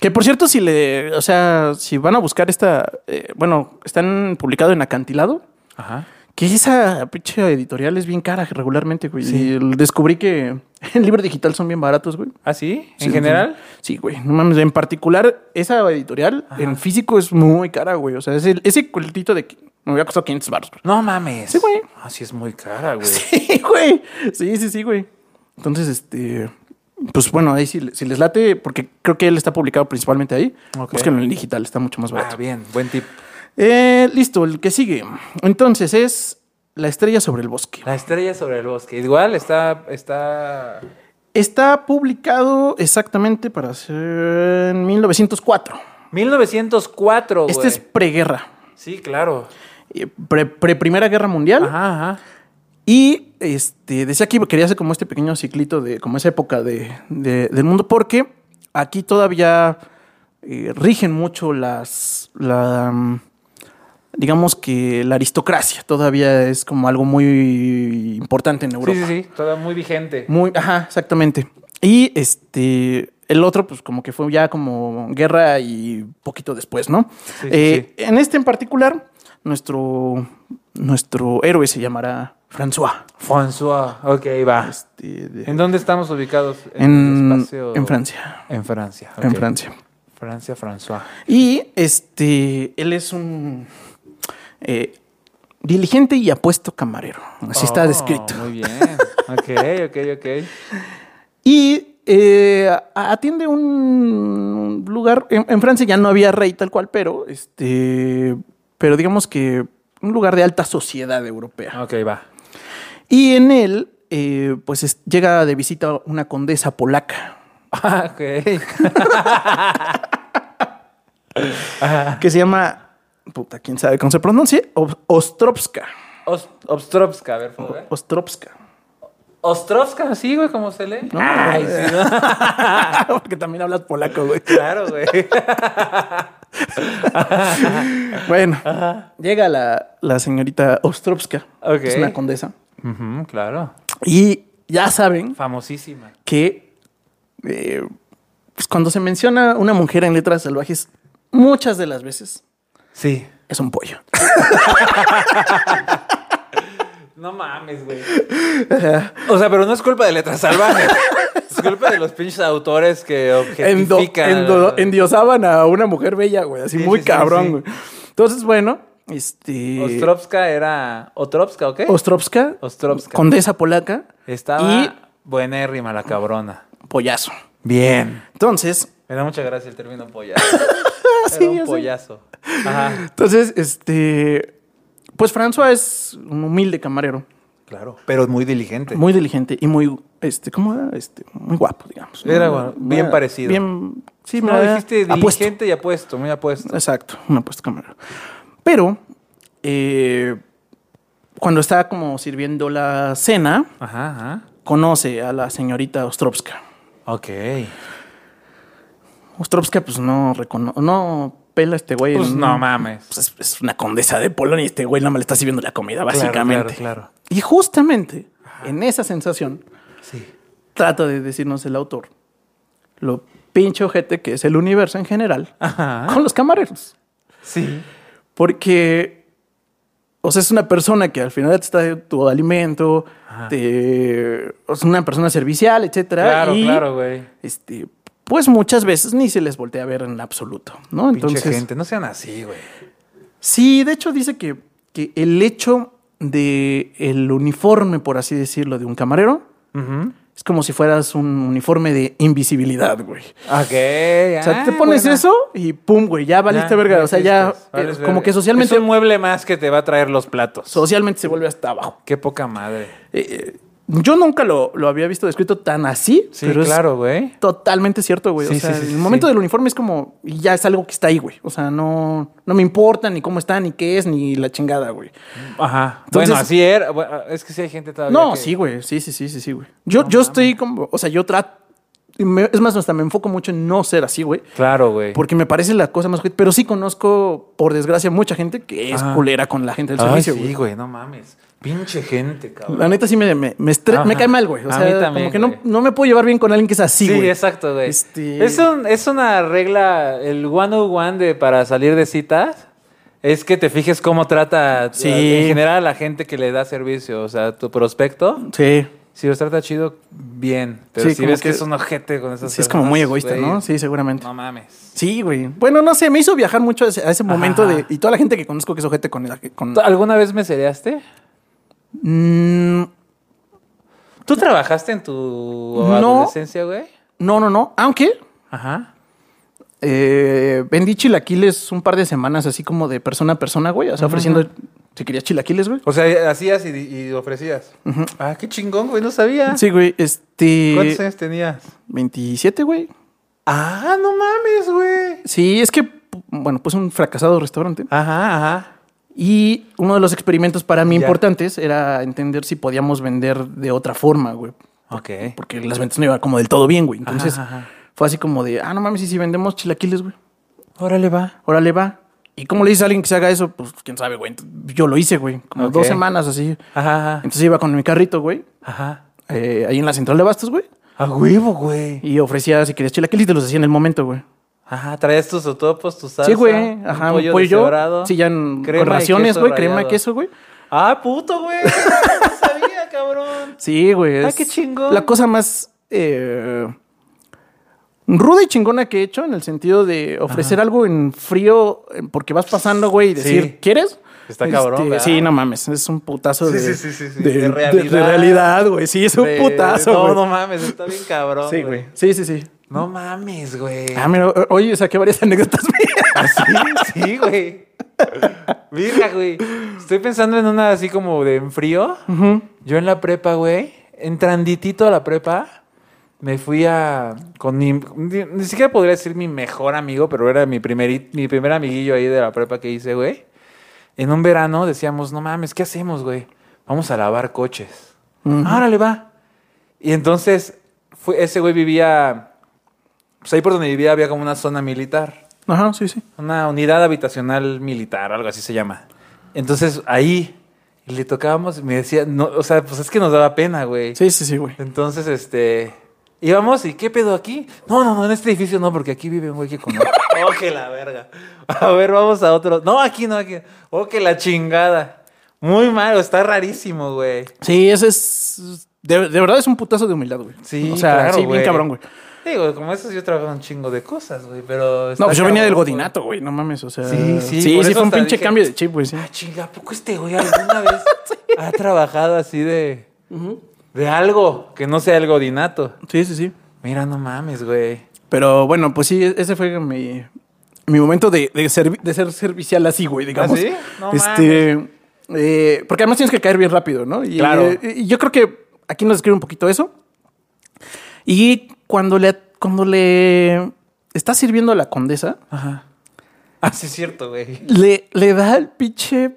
A: Que por cierto, si le. O sea, si van a buscar esta. eh, bueno, están publicado en Acantilado.
B: Ajá.
A: Que esa pinche editorial es bien cara regularmente, güey. Y l- descubrí que [LAUGHS] en libro digital son bien baratos, güey.
B: ¿Ah, sí? ¿En
A: Sí,
B: general?
A: Sí, güey. No mames. En particular, esa editorial en físico es muy cara, güey. O sea, ese, ese cultito de. que Me había costado 500 baros,
B: [LAUGHS]
A: güey.
B: No mames.
A: Sí, güey.
B: Ah, sí, es muy cara, güey.
A: Sí, güey. Sí, sí, sí, güey. Entonces, este. Pues bueno, ahí si, si les late, porque creo que él está publicado principalmente ahí.
B: Ok.
A: Búsquenlo en digital, está mucho más barato.
B: Ah, bien, buen tip.
A: Eh, listo, el que sigue. Entonces es La estrella sobre el bosque.
B: La estrella sobre el bosque. Igual está. está...
A: Está publicado exactamente para ser en 1904.
B: 1904, Oh, güey.
A: Este es preguerra,
B: Sí, claro.
A: eh, pre, pre- Primera Guerra Mundial.
B: Ajá, ajá.
A: Y este, decía que quería hacer como este pequeño ciclito de como esa época de, de- del mundo, porque aquí todavía eh, rigen mucho las, la, mm, digamos que la aristocracia todavía es como algo muy importante en Europa.
B: Sí, sí, sí. Toda muy vigente.
A: Muy, ajá, exactamente. Y este, el otro, pues como que fue ya como guerra y poquito después, ¿no?
B: sí,
A: Eh, En este en particular, nuestro, nuestro héroe se llamará François.
B: François. Ok, va.
A: Este, de-
B: ¿En dónde estamos ubicados?
A: en,
B: el espacio-
A: en Francia.
B: En Francia.
A: En
B: ok.
A: Francia.
B: Francia, François.
A: Y este, él es un eh, diligente y apuesto camarero. Así está
B: Oh,
A: descrito.
B: Muy bien. Ok, ok, ok.
A: Y eh, a- atiende un lugar. En, en Francia ya no había rey tal cual, pero este. Pero digamos que un lugar de alta sociedad europea.
B: Ok, va. [LAUGHS]
A: Y en él, eh, pues es- llega de visita una condesa polaca
B: Ah, ok.
A: que se llama. Puta, quién sabe cómo se pronuncia. Ob- Ostrovska.
B: Os- Ostrovska, a ver, por favor.
A: Ostrovska.
B: Ostrovska, sí, güey, como se lee.
A: No,
B: Ay,
A: güey.
B: sí, no.
A: [LAUGHS] Porque también hablas polaco, güey.
B: Claro, güey. [LAUGHS]
A: Bueno, llega la, la señorita Ostrovska.
B: Ok.
A: que Es una condesa.
B: Ujú, claro.
A: Y ya saben
B: Famosísima.
A: que eh, pues cuando se menciona una mujer en letras salvajes, muchas de las veces
B: Sí.
A: es un pollo.
B: No
A: [LAUGHS]
B: mames, güey. O sea, pero no es culpa de letras salvajes. Es culpa de los pinches autores que
A: Endo-
B: objetifican.
A: endo- endiosaban a una mujer bella, güey, así
B: Sí,
A: muy
B: sí, sí,
A: cabrón,
B: sí.
A: güey. Entonces, bueno, este...
B: Ostrovska era. ¿Otrovska o qué?
A: Ostrovska,
B: Ostrovska.
A: condesa polaca
B: Estaba
A: y
B: buenérrima la cabrona.
A: pollazo.
B: Bien.
A: Entonces,
B: Me da mucha gracia el
A: [LAUGHS]
B: término pollazo.
A: Sí,
B: Era un
A: ya sé.
B: pollazo. Ajá.
A: entonces, este... Pues François es un humilde camarero,
B: Claro, pero muy diligente.
A: muy diligente y muy, este, ¿cómo era? Este, muy guapo, digamos.
B: Era guapo, bien
A: Era
B: parecido.
A: Bien, sí,
B: no,
A: me da-
B: dijiste
A: apuesto.
B: diligente y apuesto, muy apuesto.
A: Exacto, una puesta camarero. Pero eh, cuando está como sirviendo la cena,
B: Ajá, ajá.
A: conoce a la señorita Ostrovska.
B: Ok.
A: Ostrovska, pues no recono no pela a este güey.
B: Pues no mames.
A: Pues, es, es una condesa de Polonia y este güey nada más le está sirviendo la comida, básicamente.
B: Claro, claro, claro.
A: Y justamente en esa sensación
B: Sí.
A: trata de decirnos el autor lo pinche ojete que es el universo en general
B: Ajá.
A: con los camareros.
B: Sí.
A: Porque, o sea, es una persona que al final te está de tu alimento, te, o sea, una persona servicial, etcétera.
B: Claro,
A: y,
B: claro, güey.
A: Este, pues muchas veces ni se les voltea a ver en absoluto, ¿no? Entonces,
B: Pinche gente, no sean así, güey.
A: sí, de hecho dice que, que el hecho de el uniforme, por así decirlo, de un camarero
B: Ujú.
A: es como si fueras un uniforme de invisibilidad, güey.
B: Ok. ah,
A: O sea, te pones eso y pum, güey, ya valiste verga. O sea, ya eh, como que socialmente,
B: Es un mueble más que te va a traer los platos.
A: socialmente se vuelve hasta abajo.
B: Qué poca madre.
A: Eh, Yo nunca lo, lo había visto descrito tan así,
B: Sí,
A: pero
B: claro, güey.
A: es totalmente cierto, güey.
B: Sí,
A: o sea,
B: sí, sí,
A: el
B: sí,
A: momento
B: sí.
A: del uniforme es como, y ya es algo que está ahí, güey. O sea, no, no me importa ni cómo está, ni qué es, ni la chingada, güey.
B: Ajá.
A: Entonces-
B: bueno, así era. Bueno, Es que sí hay gente todavía.
A: No,
B: que-
A: sí, güey. Sí, sí, sí, sí, sí, güey. Yo, yo estoy como, o sea, yo trato. me- es más, hasta me enfoco mucho en no ser así, güey.
B: Claro, güey.
A: Porque me parece la cosa más. ojete, Pero sí conozco, por desgracia, mucha gente que es
B: Ajá.
A: culera con la gente del
B: Ay,
A: servicio,
B: sí,
A: güey.
B: güey, no mames. Pinche gente, cabrón.
A: La neta sí me, me, me estre-
B: Ajá.
A: me cae mal, güey. O
B: A
A: sea,
B: mí también,
A: como que no,
B: güey.
A: no me puedo llevar bien con alguien que es así,
B: Sí,
A: güey.
B: exacto, güey.
A: Este-
B: Es, un- es una regla, el one de para salir de citas, es que te fijes cómo trata
A: Sí.
B: en general a la gente que le da servicio, o sea, tu prospecto.
A: Sí.
B: Si los trata chido, bien. Pero
A: Sí,
B: si
A: como
B: ves que,
A: que-
B: es un ojete con esas
A: Sí, es como
B: personas,
A: muy egoísta,
B: güey,
A: ¿no? Sí, seguramente.
B: No mames.
A: Sí, güey. Bueno, no sé, me hizo viajar mucho a ese, a ese momento de. Y toda la gente que conozco que es ojete con. la- con
B: ¿Tú ¿Alguna vez me seriaste?
A: Mm,
B: ¿Tú trabajaste en tu
A: No.
B: adolescencia, güey?
A: no, no, no. Aunque
B: Ajá.
A: Eh, vendí chilaquiles un par de semanas así como de persona a persona, güey. O sea, ofreciendo si querías chilaquiles, güey.
B: O sea, hacías y, y ofrecías. Ah, qué chingón, güey, no sabía.
A: Sí, güey.
B: ¿Cuántos
A: Este.
B: años tenías?
A: 27, güey.
B: Ah, no mames, güey.
A: Sí, es que, pu- bueno, puse un fracasado restaurante.
B: Ajá, ajá.
A: Y uno de los experimentos para mí
B: Ya.
A: importantes era entender si podíamos vender de otra forma, güey.
B: Ok.
A: Porque las ventas no iban como del todo bien, güey. Entonces
B: Ajá, ajá.
A: fue así como de, ah, no mames, y si vendemos chilaquiles, güey.
B: Órale, va.
A: Órale, va. ¿Y cómo le dices a alguien que se haga eso? Pues quién sabe, güey. Yo lo hice, güey. Como
B: Ok.
A: dos semanas así.
B: Ajá, ajá.
A: Entonces iba con mi carrito, güey,
B: Ajá.
A: eh, ahí en la central de Bastos, güey.
B: A huevo, güey.
A: Y ofrecía, si querías chilaquiles, te los hacía en el momento, güey.
B: Ajá, traías tus topos, tus salsa.
A: Sí, güey. Ajá,
B: un pollo, deshebrado,
A: Sí, ya en
B: crema
A: con
B: y
A: raciones,
B: queso
A: güey, crema y
B: rallado.
A: queso, güey.
B: Ah,
A: [LAUGHS]
B: puto, güey. No sabía, cabrón.
A: Sí, güey.
B: Ah,
A: es
B: qué chingón.
A: La cosa más eh, ruda y chingona que he hecho en el sentido de ofrecer algo en frío eh, porque vas pasando, güey, y decir,
B: Sí.
A: ¿quieres? Este,
B: Está cabrón, ¿verdad?
A: sí, no mames. Es un putazo
B: Sí,
A: de,
B: sí, sí, sí, sí.
A: De,
B: De
A: de- de realidad.
B: realidad.
A: güey. Sí, es un
B: De-
A: putazo,
B: No,
A: güey.
B: no mames, está bien cabrón.
A: sí, güey. Sí, sí, sí.
B: No mames, güey.
A: Ah, mira, o- oye, saqué varias [LAUGHS] anécdotas mías.
B: Sí, [LAUGHS] sí, güey. Mira, güey. Estoy pensando en una así como de en frío. Yo en la prepa, güey, entranditito a la prepa, me fui a. con mi. Ni, ni siquiera podría decir mi mejor amigo, pero era mi primer, mi primer amiguillo ahí de la prepa que hice, güey. En un verano decíamos, no mames, ¿qué hacemos, güey? Vamos a lavar coches. Ahora le va. Y entonces, fue, ese güey vivía. Pues ahí por donde vivía había como una zona militar
A: Ajá, sí, sí.
B: una unidad habitacional militar, algo así se llama. Entonces ahí le tocábamos y me decía, no, o sea, pues es que nos daba pena, güey.
A: Sí, sí, sí, güey.
B: Entonces, este, íbamos y ¿qué pedo aquí? No, no, no, en este edificio no, porque aquí vive un güey
A: [LAUGHS]
B: que conoce. oh, que la verga. [LAUGHS] A ver, vamos a otro. No, aquí no, aquí. Oh, que la chingada. Muy malo, está rarísimo, güey.
A: Sí, ese es. De, de verdad es un putazo de humildad, güey.
B: Sí,
A: o sea,
B: claro,
A: sí, bien
B: güey.
A: cabrón, güey.
B: Digo, como eso yo trabajaba un chingo de cosas, güey, pero... está
A: No, pues yo venía
B: cabrón,
A: del
B: güey.
A: godinato, güey, no mames, o sea.
B: Sí, sí,
A: sí,
B: por
A: sí fue
B: eso
A: un
B: hasta
A: pinche
B: dije-
A: cambio de chip, güey, sí.
B: Ah, chinga, ¿a poco este güey
A: [LAUGHS]
B: alguna vez ha trabajado así de. de algo que no sea el godinato?
A: Sí, sí, sí.
B: Mira, no mames, güey.
A: Pero bueno, pues sí, ese fue mi, mi momento de, de, servi- de ser servicial así, güey, digamos.
B: ¿Ah, sí? No
A: este, eh, porque además tienes que caer bien rápido, ¿no? Y,
B: Claro.
A: eh, y yo creo que aquí nos describe un poquito eso. Y cuando le, cuando le está sirviendo a la condesa,
B: Ajá. Ah, sí, es cierto, güey.
A: le, le da el pinche.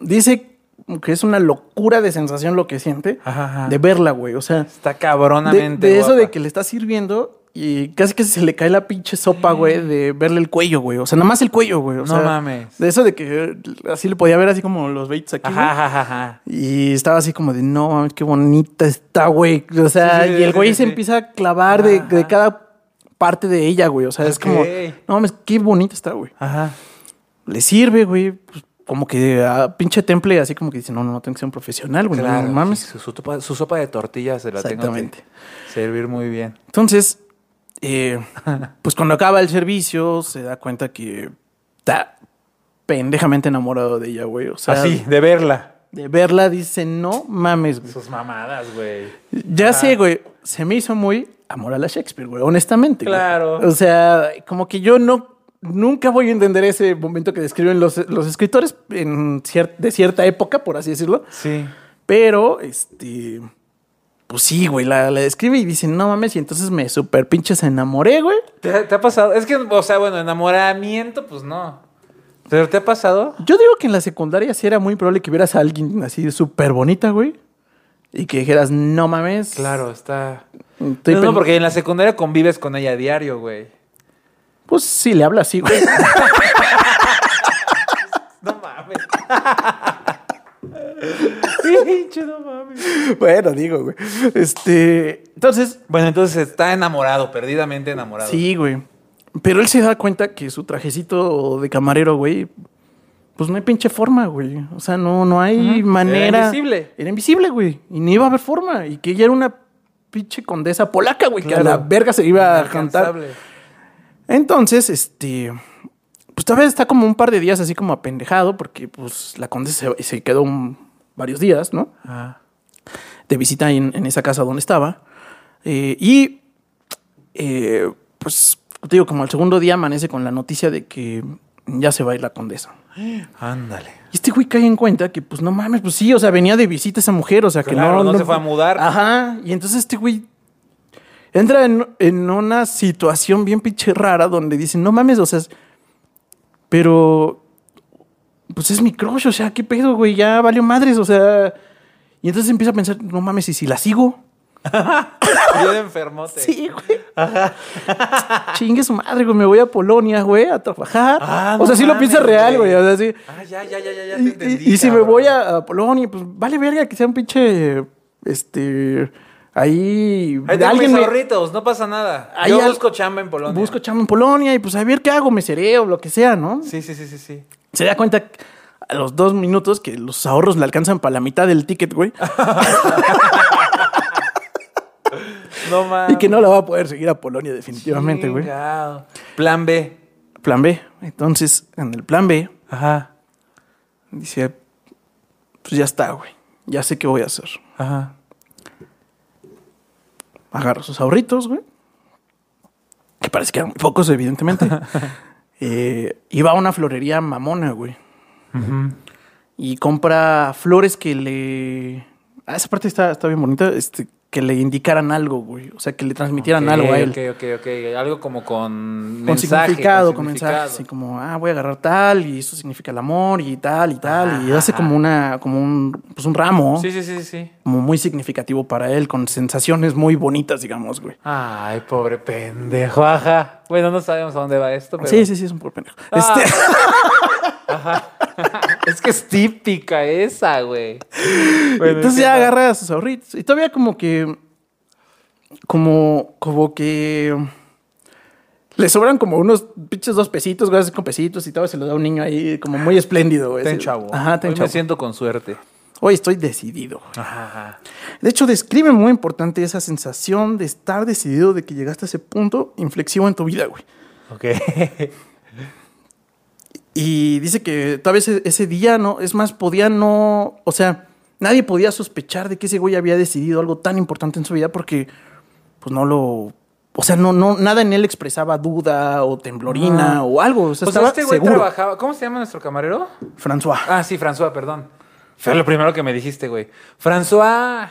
A: Dice que es una locura de sensación lo que siente
B: Ajá, ajá.
A: de verla, güey. O sea,
B: Está
A: de,
B: cabronamente.
A: de eso
B: guapa.
A: de que le está sirviendo y casi que se le cae la pinche sopa, güey, de verle el cuello, güey. O sea, nada más el cuello, güey. O
B: No
A: sea,
B: mames.
A: De eso de que eh, así le podía ver así como los beitos aquí.
B: Ajá,
A: güey.
B: ajá, ajá.
A: Y estaba así como de, no mames, qué bonita está, güey. O sea,
B: Sí, sí,
A: y el
B: sí,
A: güey
B: sí,
A: se
B: sí.
A: empieza a clavar de, de
B: Ajá.
A: cada parte de ella, güey. O sea, es como,
B: Ok.
A: no mames, qué bonita está, güey
B: Ajá.
A: le sirve, güey. pues, como que a pinche temple, así como que dice, no, no, no, tengo que ser un profesional, güey.
B: Claro,
A: Pues no mames.
B: sí, Su, su topa- su sopa de tortillas se la tengo
A: Exactamente.
B: que servir muy bien.
A: Entonces,
B: [LAUGHS]
A: eh, pues cuando acaba el servicio, se da cuenta que está pendejamente enamorado de ella, güey. O sea,
B: Así, de verla.
A: de verla dice, no mames, güey.
B: Sus mamadas, güey.
A: Ya sé, güey. Se me hizo muy amor a la Shakespeare, güey. Honestamente. güey.
B: Claro.
A: O sea, como que yo no. Nunca voy a entender ese momento que describen los, los escritores en cier- de cierta época, por así decirlo.
B: Sí.
A: Pero, este. Pues sí, güey, la, la describe y dice, no mames, y entonces me super pinches enamoré, güey.
B: ¿Te, ha- te ha pasado? Es que, o sea, bueno, enamoramiento, pues no. ¿Pero te ha pasado?
A: Yo digo que en la secundaria sí era muy probable que vieras a alguien así súper bonita, güey. Y que dijeras, no mames.
B: Claro, está.
A: estoy pen-
B: no, no, porque en la secundaria convives con ella a diario, güey.
A: Pues sí, le habla así,
B: [LAUGHS]
A: güey.
B: No [LAUGHS] mames. Pinche, no mames.
A: bueno, digo, güey. Este. Entonces,
B: Bueno, entonces está enamorado, perdidamente enamorado.
A: sí, güey. Pero él se da cuenta que su trajecito de camarero, güey. Pues no hay pinche forma, güey. O sea, no, no hay manera.
B: Era invisible.
A: Era invisible, güey. Y ni iba a haber forma. Y que ella era una pinche condesa polaca, güey. Que a la
B: Claro.
A: verga se iba a cantar.
B: Inalcanzable.
A: Entonces, este. Pues tal vez está como un par de días así como apendejado, porque pues la condesa se, se quedó un- varios días, ¿no?
B: Ah.
A: De visita ahí en, en esa casa donde estaba. Eh, y. eh, pues te digo, como al segundo día amanece con la noticia de que ya se va a ir la condesa.
B: Ándale.
A: Y este güey cae en cuenta que, pues no mames, pues sí, o sea, venía de visita esa mujer, o sea, que
B: Claro,
A: no,
B: no se fue a mudar.
A: Ajá, y entonces este güey entra en, en una situación bien pinche rara donde dice, no mames, o sea, es- pero, pues es mi crush, o sea, qué pedo, güey, ya valió madres, o sea. Y entonces empieza a pensar, no mames, ¿y si la sigo?
B: Yo de enfermote.
A: Sí, güey. Chingue su madre, güey, me voy a Polonia, güey, a trabajar.
B: Ah,
A: o sea,
B: no
A: sí lo piensa
B: mames,
A: real,
B: güey.
A: güey, o sea, sí.
B: Ah, ya, ya, ya, ya, ya te
A: Y,
B: entendí.
A: y- y si me
B: cabrón.
A: voy a, a Polonia, pues vale verga que sea un pinche. Este. Ahí.
B: Ahí tengo mis
A: me-
B: ahorritos, no pasa nada.
A: Ahí
B: Yo
A: al-
B: busco chamba en Polonia.
A: busco chamba en Polonia y pues a ver qué hago, me seré o lo que sea, ¿no?
B: Sí, sí, sí, sí, sí.
A: Se da cuenta a los dos minutos que los ahorros le alcanzan para la mitad del ticket, güey.
B: No mames.
A: y que no la va a poder seguir a Polonia, definitivamente, güey.
B: Chingado. Plan B.
A: Plan B. Entonces, en el plan B,
B: Ajá,
A: dice: Pues ya está, güey. Ya sé qué voy a hacer.
B: ajá.
A: agarro sus ahorritos, güey. Que parece que eran muy pocos,
B: [LAUGHS]
A: evidentemente. Eh, y va a una florería mamona, güey. Y compra flores que le. Ah, esa parte está, está bien bonita. Este, que le indicaran algo, güey. O sea, que le transmitieran
B: Ok,
A: algo a él.
B: Ok, ok, ok. Algo como con.
A: Con
B: mensaje,
A: significado, con mensaje. Así
B: significado.
A: como, ah, voy a agarrar tal, y eso significa el amor, y tal, y tal. y
B: Ajá,
A: hace
B: ajá.
A: como una, como un, pues un ramo,
B: Sí, sí, sí, sí, sí.
A: como muy significativo para él, con sensaciones muy bonitas, digamos, güey.
B: Ay, pobre pendejo, ajá. Bueno, no sabemos a dónde va esto, pero.
A: Sí, sí, sí, es un poco pendejo.
B: Ah.
A: Este-
B: Es que es típica esa, güey.
A: Pues Entonces ya agarra sus ahorritos. Y todavía como que. Como. Como que. Le sobran como unos pinches dos pesitos, gracias con pesitos y todo, se lo da a un niño ahí como muy espléndido, güey.
B: Ten
A: Sí.
B: chavo.
A: Ajá, ten
B: Hoy
A: chavo.
B: Me siento con suerte.
A: Hoy estoy decidido. güey.
B: Ajá, ajá.
A: De hecho, describe muy importante esa sensación de estar decidido de que llegaste a ese punto inflexivo en tu vida, güey. [LAUGHS]
B: Ok.
A: Pues Y dice que tal vez e- ese día no, es más, podía no, o sea, nadie podía sospechar de que ese güey había decidido algo tan importante en su vida porque, pues no lo, o sea, no, no, nada en él expresaba duda o temblorina
B: Ah.
A: o algo, o sea,
B: O sea,
A: estaba
B: este güey
A: seguro.
B: trabajaba. ¿Cómo se llama nuestro camarero?
A: François.
B: Ah, sí, François, perdón. Fue lo primero que me dijiste, güey. François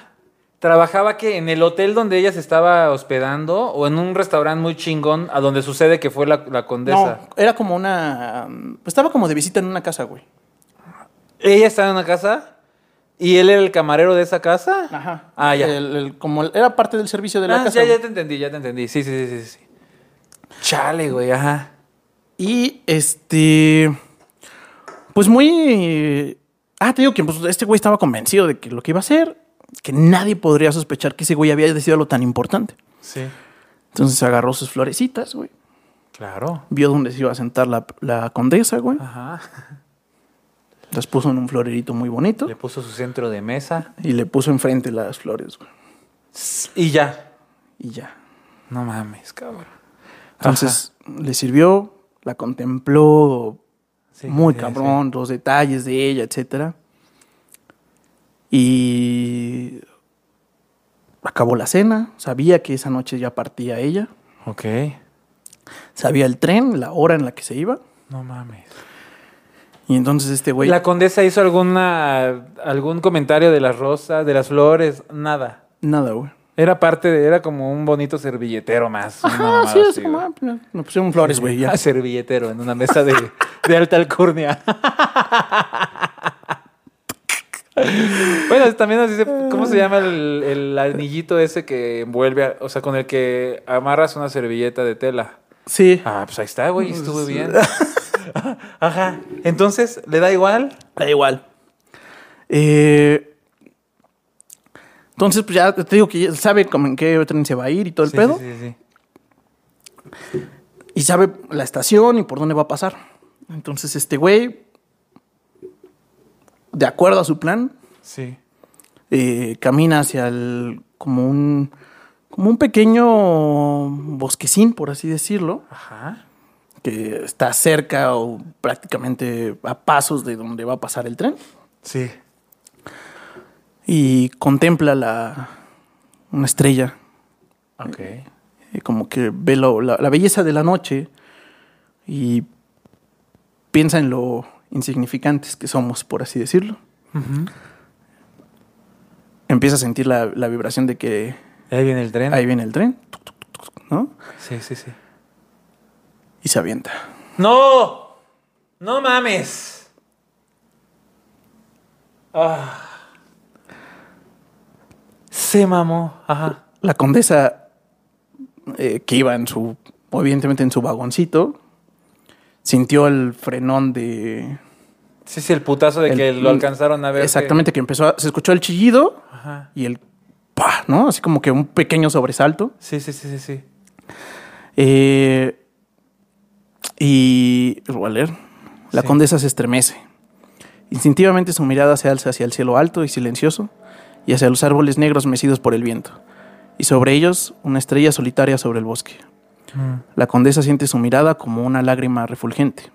B: trabajaba que en el hotel donde ella se estaba hospedando o en un restaurante muy chingón a donde sucede que fue la, la
A: no,
B: condesa.
A: era como una, um, pues estaba como de visita en una casa, güey.
B: Ella estaba en una casa y él era el camarero de esa casa.
A: Ajá.
B: Ah, ya.
A: El- el- como el- era parte del servicio de la
B: Ah,
A: casa.
B: ya,
A: güey.
B: ya te entendí, ya te entendí. Sí, sí, sí, sí. sí. Chale, güey, ajá.
A: Y este. Pues muy. Ah, te digo que pues, este güey estaba convencido de que lo que iba a hacer, que nadie podría sospechar que ese güey había decidido algo tan importante.
B: Sí.
A: Entonces agarró sus florecitas, güey.
B: Claro.
A: Vio dónde se iba a sentar la, la condesa, güey.
B: Ajá.
A: Las puso en un florerito muy bonito
B: Le puso su centro de mesa
A: y le puso enfrente las flores, güey.
B: y ya.
A: Y ya.
B: No mames, cabrón.
A: Entonces le sirvió, la contempló
B: Sí,
A: muy
B: sí, sí.
A: cabrón, los detalles de ella, etcétera. Y acabó la cena, sabía que esa noche ya partía ella,
B: Ok.
A: sabía el tren, la hora en la que se iba
B: No mames.
A: Y entonces este güey.
B: ¿La condesa hizo alguna algún comentario de las rosas, de las flores? Nada.
A: Nada, güey.
B: Era parte de, era como un bonito servilletero más. una
A: Ajá,
B: mamada
A: sí,
B: así,
A: así como.
B: güey.
A: ah, pues, Nos pusieron flores, güey, ya.
B: Ah, servilletero en una mesa de, de alta alcurnia. bueno, también así se, ¿cómo se llama el, el anillito ese que envuelve, a- o sea, con el que amarras una servilleta de tela?
A: Sí.
B: Ah, pues ahí está, güey, estuvo [LAUGHS] bien. Ajá. Entonces, ¿le da igual?
A: Da igual. Eh, entonces, pues ya te digo que ya sabe como en qué tren se va a ir y todo el
B: Sí,
A: pedo.
B: sí, sí, sí.
A: Y sabe la estación y por dónde va a pasar. Entonces, este güey, de acuerdo a su plan,
B: Sí.
A: eh, camina hacia el. como un. como un pequeño bosquecín, por así decirlo,
B: Ajá.
A: que está cerca o prácticamente a pasos de donde va a pasar el tren.
B: Sí.
A: y contempla la una estrella
B: Ok.
A: eh, como que ve lo- la, la belleza de la noche y piensa en lo insignificantes que somos por así decirlo empieza a sentir la, la vibración de que
B: Ahí viene el tren.
A: ahí viene el tren tuc, tuc, tuc, tuc, no
B: Sí, sí, sí.
A: y se avienta
B: ¡No! ¡No mames! Ah. Se mamó. Ajá.
A: la condesa eh, que iba en su evidentemente en su vagoncito sintió el frenón de
B: Sí, sí, el putazo de
A: el-
B: que lo alcanzaron a ver. que-
A: exactamente que empezó a- se escuchó el chillido
B: Ajá.
A: y el pa, ¿no? Así como que un pequeño sobresalto.
B: Sí, sí, sí, sí, sí.
A: Eh, y lo voy a leer. La
B: Sí.
A: condesa se estremece. Instintivamente su mirada se alza hacia el cielo alto y silencioso y hacia los árboles negros mecidos por el viento. Y sobre ellos una estrella solitaria sobre el bosque.
B: Mm.
A: La condesa siente su mirada como una lágrima refulgente.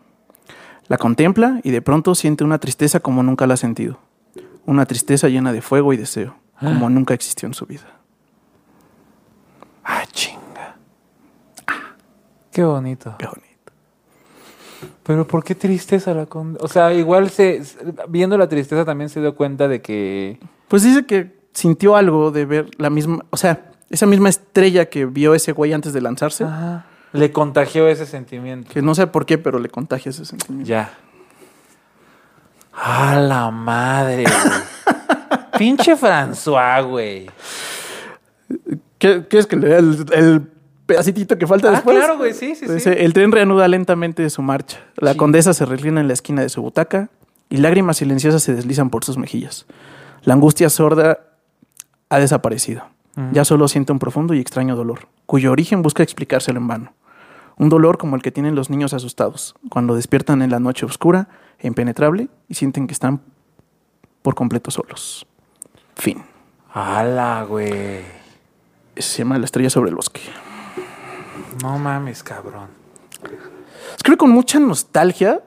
A: La contempla y de pronto siente una tristeza como nunca la ha sentido. Una tristeza llena de fuego y deseo, como nunca existió en su vida.
B: Ah, chinga. Qué bonito.
A: Qué bonito.
B: Pero ¿por qué tristeza la con... O sea, igual se... Viendo la tristeza también se dio cuenta de que...
A: Pues dice que sintió algo de ver la misma, o sea, esa misma estrella que vio ese güey antes de lanzarse,
B: Ajá. Le contagió ese sentimiento.
A: que no sé por qué, pero le contagia ese sentimiento.
B: Ya. A la madre, güey. Pinche François, güey.
A: ¿Qué- ¿Quieres que lea el, el pedacitito que falta
B: Ah,
A: después? pues
B: claro, güey, sí, sí, sí.
A: Dice, El tren reanuda lentamente su marcha. La
B: Sí.
A: condesa se reclina en la esquina de su butaca y lágrimas silenciosas se deslizan por sus mejillas. La angustia sorda ha desaparecido. Ya solo siente un profundo y extraño dolor, cuyo origen busca explicárselo en vano. Un dolor como el que tienen los niños asustados, cuando despiertan en la noche oscura e impenetrable y sienten que están por completo solos. Fin.
B: Ala, güey.
A: Eso se llama La estrella sobre el bosque.
B: No mames, cabrón.
A: Escribe con mucha nostalgia,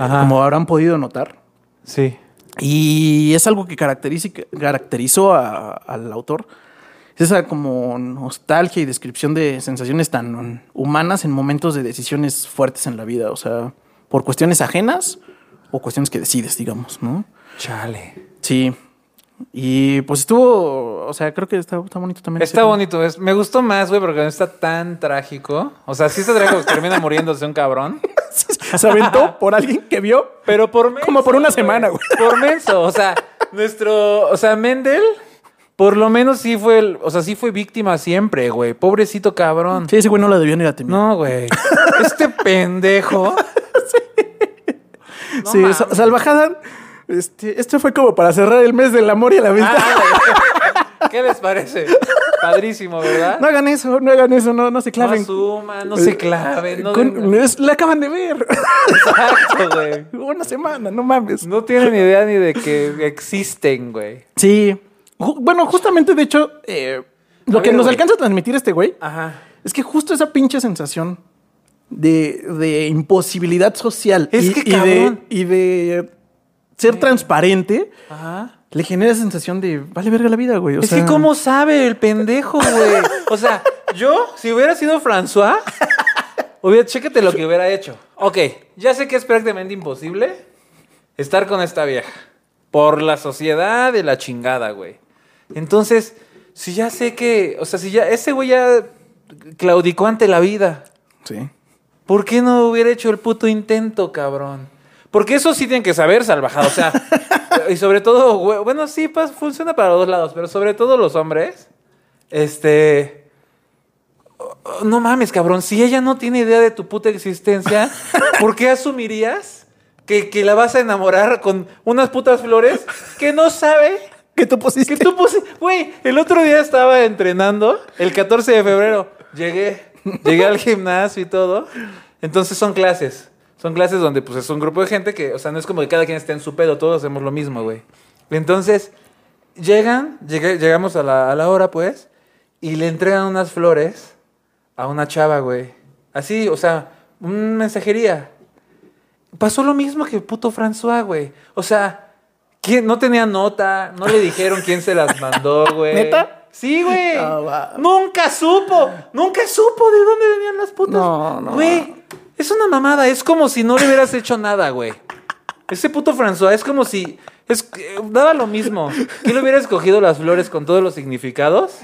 B: Ajá.
A: como habrán podido notar.
B: Sí.
A: Y es algo que caracterici- caracterizó a- al autor. Es esa como nostalgia y descripción de sensaciones tan humanas en momentos de decisiones fuertes en la vida. O sea, por cuestiones ajenas o cuestiones que decides, digamos, ¿no?
B: Chale.
A: Sí. Y pues estuvo, o sea, creo que está, está bonito también.
B: Está bonito. es- me gustó más, güey, porque no está tan trágico. O sea, sí está trágico que termina muriéndose un cabrón.
A: [LAUGHS] Se aventó por alguien que vio.
B: Pero por
A: [LAUGHS]
B: menso,
A: Como por una semana, güey.
B: Por menso. O sea, nuestro. O sea, Mendel, por lo menos sí fue. el- o sea, sí fue víctima siempre, güey. Pobrecito cabrón.
A: Sí, ese güey no la debió ni la temía. [LAUGHS]
B: No, güey. Este pendejo. no
A: sí,
B: mames.
A: sa- salvajada. Este, esto fue como para cerrar el mes del amor y la amistad.
B: Ah, güey. ¿Qué les parece? Padrísimo, ¿verdad?
A: [LAUGHS] No hagan eso, no hagan eso, no, no se
B: No,
A: claven.
B: asuman, no se claven. No
A: Con- [LAUGHS]
B: den-
A: es- la acaban de
B: [LAUGHS]
A: ver.
B: Exacto, güey.
A: Una semana, no mames.
B: No tienen idea ni de que existen, güey.
A: Sí. Ju- bueno, justamente, de hecho, eh, lo
B: A
A: que
B: ver,
A: nos
B: güey.
A: alcanza a transmitir este güey
B: Ajá.
A: es que justo esa pinche sensación de, de imposibilidad social
B: Es
A: y,
B: que,
A: y de,
B: cabrón.
A: y de ser transparente
B: Ajá.
A: le genera sensación de vale verga la vida, güey. o
B: Es
A: sea,
B: que cómo sabe el pendejo, güey. O sea, yo, si hubiera sido François, hubiera, chécate lo que hubiera hecho. Ok, ya sé que es prácticamente imposible, estar con esta vieja. Por la sociedad de la chingada, güey. Entonces, si ya sé que, o sea, si ya ese güey ya claudicó ante la vida,
A: Sí.
B: ¿por qué no hubiera hecho el puto intento, cabrón? Porque eso sí tienen que saber, salvajado. O sea, y sobre todo, güey, bueno, sí, pas- funciona para los dos lados, pero sobre todo los hombres, este... Oh, No mames, cabrón. Si ella no tiene idea de tu puta existencia, ¿por qué asumirías que, que la vas a enamorar con unas putas flores que no sabe?
A: ¿Qué tú pusiste?
B: Que tú puse. Güey, el otro día estaba entrenando, el 14 de febrero. Llegué, llegué al gimnasio y todo. Entonces son clases. Son clases donde pues es un grupo de gente que, o sea, no es como que cada quien esté en su pedo, todos hacemos lo mismo, güey. Entonces, llegan, llegué- llegamos a la, a la hora, pues, y le entregan unas flores a una chava, güey. Así, o sea, un mensajería. Pasó lo mismo que el puto François, güey. O sea, ¿quién? no tenía nota, no le dijeron quién se
A: [LAUGHS]
B: las mandó, güey.
A: ¿Neta?
B: Sí, güey.
A: Ah, va.
B: Nunca supo, nunca supo de dónde venían las putas.
A: No, no.
B: Güey, es una mamada, es como si no le hubieras hecho nada, güey. Ese puto François es como si. Es, eh, daba lo mismo. ¿Que le hubiera escogido las flores con todos los significados?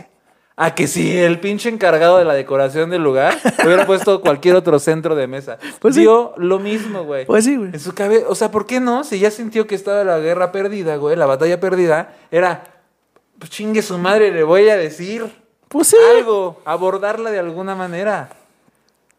B: A que si el pinche encargado de la decoración del lugar
A: [LAUGHS]
B: hubiera puesto cualquier otro centro de mesa.
A: Pues sí.
B: Dio lo mismo, güey.
A: Pues sí, güey.
B: En su cabeza. O sea, ¿por qué no? Si ya sintió que estaba la guerra perdida, güey, la batalla perdida, era. Pues chingue su madre, le voy a decir
A: Pues sí.
B: algo, abordarla de alguna manera.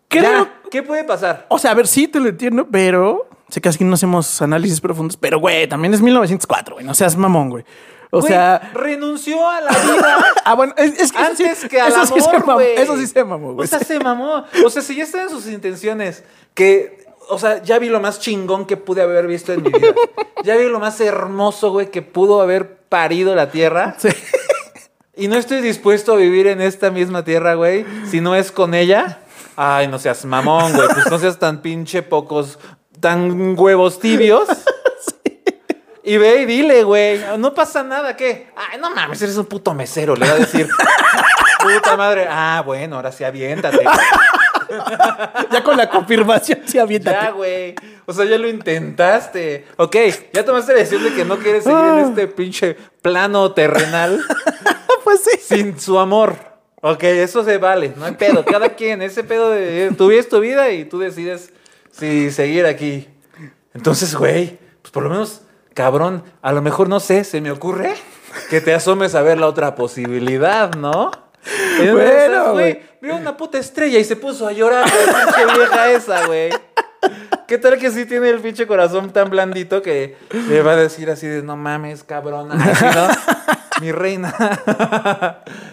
A: Creo-
B: Ya, ¿Qué puede pasar?
A: O sea, a ver, sí te lo entiendo, pero sé que aquí no hacemos análisis profundos, pero güey, también es 1904, güey. No seas mamón, güey. O
B: Güey,
A: sea,
B: renunció a la vida
A: [LAUGHS] ah, bueno, es, es que eso sí-
B: antes que al
A: eso sí se
B: amor,
A: mamó,
B: güey.
A: eso sí se mamó, güey.
B: O sea, se mamó. O sea, si ya están en sus intenciones, que, o sea, ya vi lo más chingón que pude haber visto en
A: [LAUGHS]
B: mi vida. Ya vi lo más hermoso, güey, que pudo haber parido la tierra.
A: Sí.
B: Y no estoy dispuesto a vivir en esta misma tierra, güey, si no es con ella. Ay, no seas mamón, güey. Pues no seas tan pinche pocos, tan
A: [LAUGHS]
B: huevos tibios. Y ve y dile, güey. No pasa nada, ¿qué? Ay, no mames, eres un puto mesero, le va a decir. Puta madre. Ah, bueno, ahora sí aviéntate. güey.
A: ya con la confirmación, sí, aviéntate.
B: [LAUGHS] Ya, güey. O sea, ya lo intentaste. Ok, ya tomaste la decisión de que no quieres seguir en este pinche plano terrenal
A: [LAUGHS] pues sí.
B: sin su amor. Ok, eso se vale, no hay pedo. Cada quien, ese pedo de eh, tú vives tu vida y tú decides si seguir aquí. Entonces, güey, pues por lo menos, cabrón, a lo mejor no sé, se me ocurre que te asomes a ver la otra posibilidad, ¿no? En una de
A: Bueno,
B: esas,
A: güey.
B: Vio una puta estrella y se puso a llorar, la pinche vieja esa, güey. ¿Qué tal que sí tiene el pinche corazón tan blandito que le va a decir así de no mames, cabrona?
A: [LAUGHS]
B: así, ¿no? Mi reina.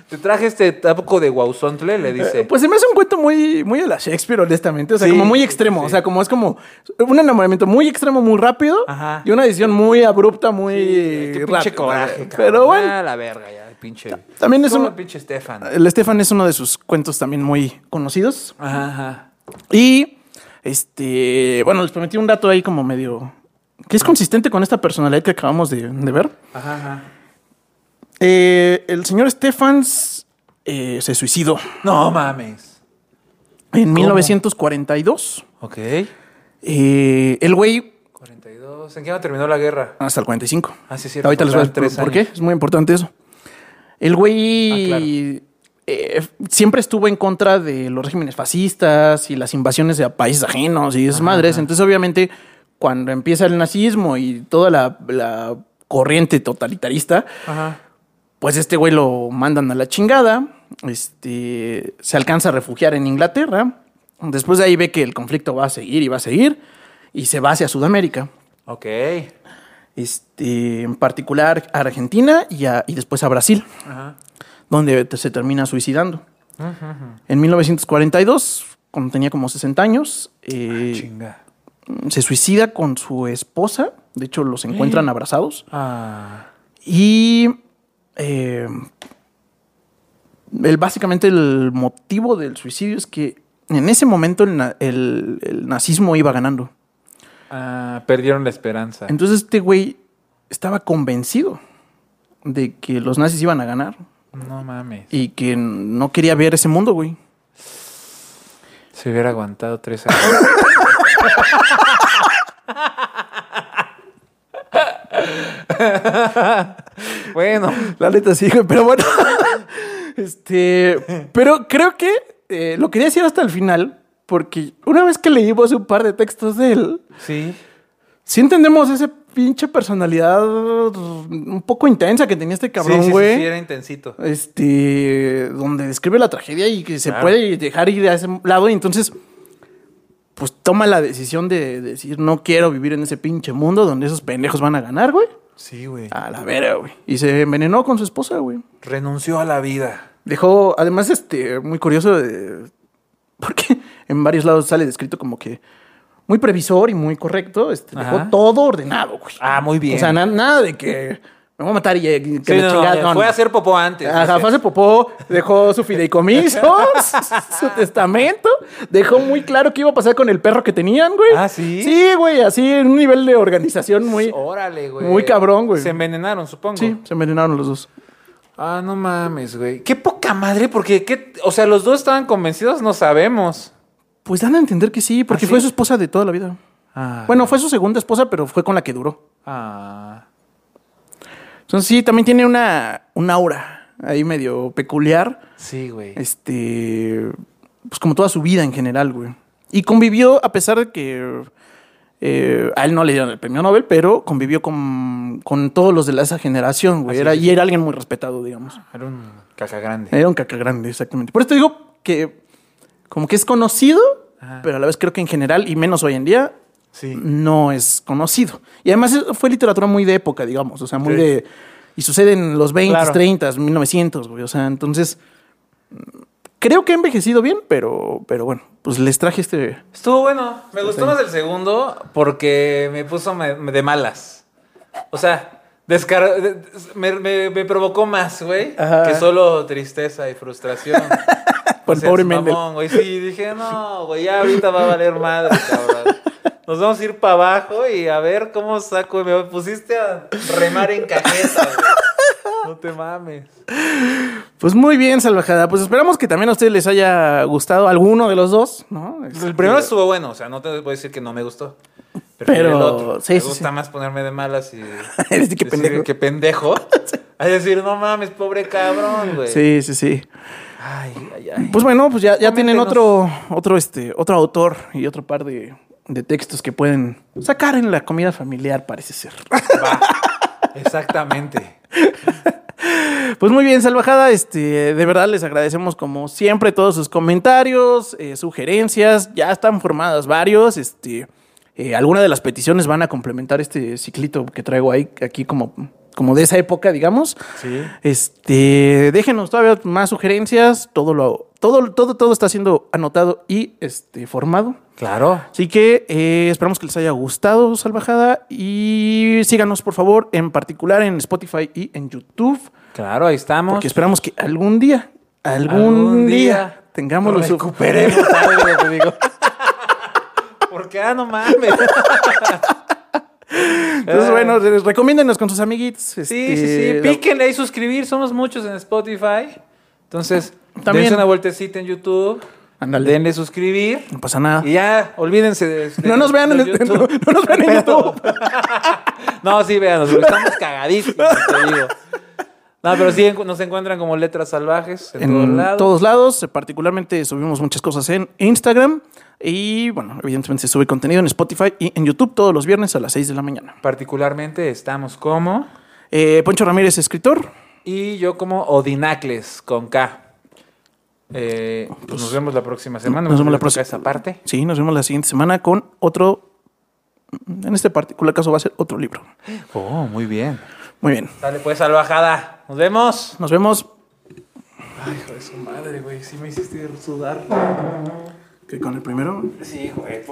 B: Te traje este tabaco de guauzontle, le dice.
A: Pues se me hace un cuento muy, muy a la Shakespeare, honestamente. O sea,
B: Sí,
A: como muy extremo.
B: sí.
A: O sea, como es como un enamoramiento muy extremo, muy rápido.
B: Ajá.
A: Y una decisión muy abrupta, muy
B: Qué pinche
A: rápida.
B: coraje,
A: Pero
B: cabrón.
A: bueno,
B: Ah, la verga ya, el pinche.
A: también es Eh.
B: Como
A: un-
B: el pinche Stefan.
A: el Estefan es uno de sus cuentos también muy conocidos.
B: Ajá, ajá.
A: Y, este, bueno, les prometí un dato ahí como medio... que es consistente con esta personalidad que acabamos de, de ver.
B: Ajá, ajá.
A: Eh, el señor Stefans eh, se suicidó
B: No mames.
A: en 1942.
B: Ok.
A: Eh, el güey
B: 42. ¿En qué año terminó la guerra?
A: hasta el 45.
B: Ah, sí, es cierto,
A: Ahorita les voy a
B: faltaban tres
A: explicar por qué.
B: años.
A: Es muy importante eso. El güey
B: Ah, claro.
A: eh, f- siempre estuvo en contra de los regímenes fascistas y las invasiones a países ajenos y esas madres. Entonces, obviamente, cuando empieza el nazismo y toda la, la corriente totalitarista,
B: Ajá.
A: pues este güey lo mandan a la chingada. Este se alcanza a refugiar en Inglaterra. Después de ahí ve que el conflicto va a seguir y va a seguir y se va hacia Sudamérica
B: Ok.
A: este, en particular a Argentina y, a- y después a Brasil,
B: Ajá.
A: donde te- se termina suicidando. En 1942, cuando tenía como 60 años, eh,
B: Chinga.
A: se suicida con su esposa. De hecho, los encuentran abrazados.
B: Ah.
A: Y eh, el, básicamente el motivo del suicidio es que en ese momento el na- el- el nazismo iba ganando.
B: Ah, perdieron la esperanza.
A: Entonces este güey estaba convencido de que los nazis iban a ganar
B: No mames.
A: y que no quería ver ese mundo, güey. [LAUGHS]
B: Se hubiera aguantado tres años. bueno,
A: La neta sí, güey, pero bueno. [LAUGHS] este, pero creo que eh, lo quería decir hasta el final, porque una vez que leímos un par de textos de él,
B: sí.
A: sí entendemos esa pinche personalidad un poco intensa que tenía este
B: Sí, sí,
A: cabrón,
B: sí,
A: güey.
B: sí, era intensito.
A: Este, donde describe la tragedia y que se
B: Claro.
A: puede dejar ir a ese lado, y entonces, pues toma la decisión de decir: No quiero vivir en ese pinche mundo donde esos pendejos van a ganar, güey.
B: Sí, güey.
A: A la vera, güey. Y se envenenó con su esposa, güey.
B: Renunció a la vida.
A: Dejó, además, este, muy curioso, eh, porque en varios lados sale descrito como que muy previsor y muy correcto. Este, dejó
B: Ajá.
A: todo ordenado, güey.
B: Ah, muy bien.
A: O sea, na- nada de que me voy a matar y que
B: Sí,
A: la
B: no, no,
A: chingada, no,
B: fue
A: no.
B: a hacer popó antes.
A: Ajá,
B: dice.
A: fue a hacer popó, dejó su fideicomiso, [LAUGHS] su- su testamento, dejó muy claro qué iba a pasar con el perro que tenían, güey.
B: Ah, ¿sí?
A: Sí, güey, así en un nivel de organización muy...
B: Órale, güey.
A: muy cabrón, güey.
B: Se envenenaron, supongo.
A: Sí, se envenenaron los dos.
B: Ah, no mames, güey. Qué poca madre, porque qué, o sea, los dos estaban convencidos, no sabemos.
A: Pues dan a entender que sí, porque
B: ¿Ah, sí?
A: fue su esposa de toda la vida.
B: Ah.
A: Bueno, fue su segunda esposa, pero fue con la que duró.
B: Ah.
A: Entonces sí, también tiene una, una aura ahí medio peculiar.
B: Sí, güey.
A: Este, pues como toda su vida en general, güey. Y convivió, a pesar de que eh, a él no le dieron el premio Nobel, pero convivió con, con todos los de la- esa generación, güey.
B: Así
A: Era,
B: es.
A: y era alguien muy respetado, digamos.
B: Era un caca grande.
A: Era un caca grande, exactamente. Por eso te digo que como que es conocido,
B: Ajá.
A: pero a la vez creo que en general, y menos hoy en día,
B: Sí.
A: no es conocido. Y además es- fue literatura muy de época, digamos, o sea, muy
B: Sí.
A: de... Y sucede en los 20,
B: Claro.
A: 30, 1900, güey, o sea, entonces... mm, Creo que ha envejecido bien, pero, pero bueno, pues les traje este...
B: Estuvo bueno. Me gustó más el segundo porque me puso me- me de malas. O sea, descar- de- des- me, me- me provocó más, güey,
A: Ajá.
B: que solo tristeza y frustración.
A: [LAUGHS] Por
B: No
A: el
B: seas
A: pobre Mendel.
B: mamón, güey. Sí, dije, no, güey, ya ahorita va a valer madre, cabrón. Nos vamos a ir para abajo y a ver cómo saco. Me pusiste a remar en cajeta, güey. No te mames.
A: Pues muy bien, salvajada. Pues esperamos que también a ustedes les haya gustado alguno de los dos, ¿no? Este,
B: El primero estuvo bueno, o sea, no te voy a decir que no me gustó. Pero,
A: Pero,
B: el otro,
A: sí,
B: me
A: sí,
B: gusta
A: sí.
B: más ponerme de malas
A: [LAUGHS]
B: y
A: Eres de qué
B: decir
A: pendejo.
B: que pendejo.
A: [LAUGHS]
B: A decir, no mames, pobre cabrón, güey.
A: Este, Sí, sí, sí.
B: Ay, ay, ay.
A: Pues bueno, pues ya, ya tienen
B: Coméntenos.
A: otro, otro, este, otro autor y otro par de, de textos que pueden sacar en la comida familiar, parece ser.
B: Va. Exactamente.
A: Pues muy bien, Salvajada, este, de verdad les agradecemos como siempre todos sus comentarios, eh, sugerencias, ya están formadas varios, este, eh, alguna de las peticiones van a complementar este ciclito que traigo ahí, aquí como, como de esa época, digamos.
B: Sí.
A: Este, déjenos todavía más sugerencias, todo lo, todo, todo, todo está siendo anotado y este, formado.
B: Claro.
A: Así que eh, esperamos que les haya gustado Salvajada y síganos por favor en particular en Spotify y en YouTube.
B: Claro, ahí estamos.
A: Porque esperamos que algún día, algún, día, tengamos los
B: recuperemos algo, te digo. [LAUGHS] Porque, ah, no mames.
A: [LAUGHS] Entonces, bueno, les- recomiéndenos con sus amiguitos.
B: Sí,
A: este,
B: sí, sí.
A: la-
B: Píquenle ahí suscribir. Somos muchos en Spotify. Entonces,
A: También.
B: dense una vueltecita en YouTube.
A: Ándale.
B: Denle suscribir.
A: No pasa nada.
B: Y ya, olvídense de. de-
A: No nos vean
B: de
A: en, el- no, no nos vean en YouTube.
B: [LAUGHS] No, sí, véanos, porque estamos cagadísimos, te digo. No, pero sí encu- nos encuentran como letras salvajes en,
A: en
B: todos lados.
A: todos lados. eh, Particularmente subimos muchas cosas en Instagram. Y bueno, evidentemente se sube contenido en Spotify y en YouTube todos los viernes a las 6 de la mañana.
B: Particularmente estamos como.
A: Eh, Poncho Ramírez, escritor.
B: Y yo como Odinacles con K. Eh, pues nos vemos la próxima semana.
A: Oh, nos vemos la
B: Me toca
A: próxima-
B: Esa parte.
A: Sí, nos vemos la siguiente semana con otro. En este particular caso va a ser otro libro.
B: Oh, muy bien.
A: Muy bien.
B: Dale pues, salvajada. Nos vemos.
A: Nos vemos.
B: Hijo de su madre, güey. Sí me hiciste sudar.
A: que con el primero
B: Sí, güey.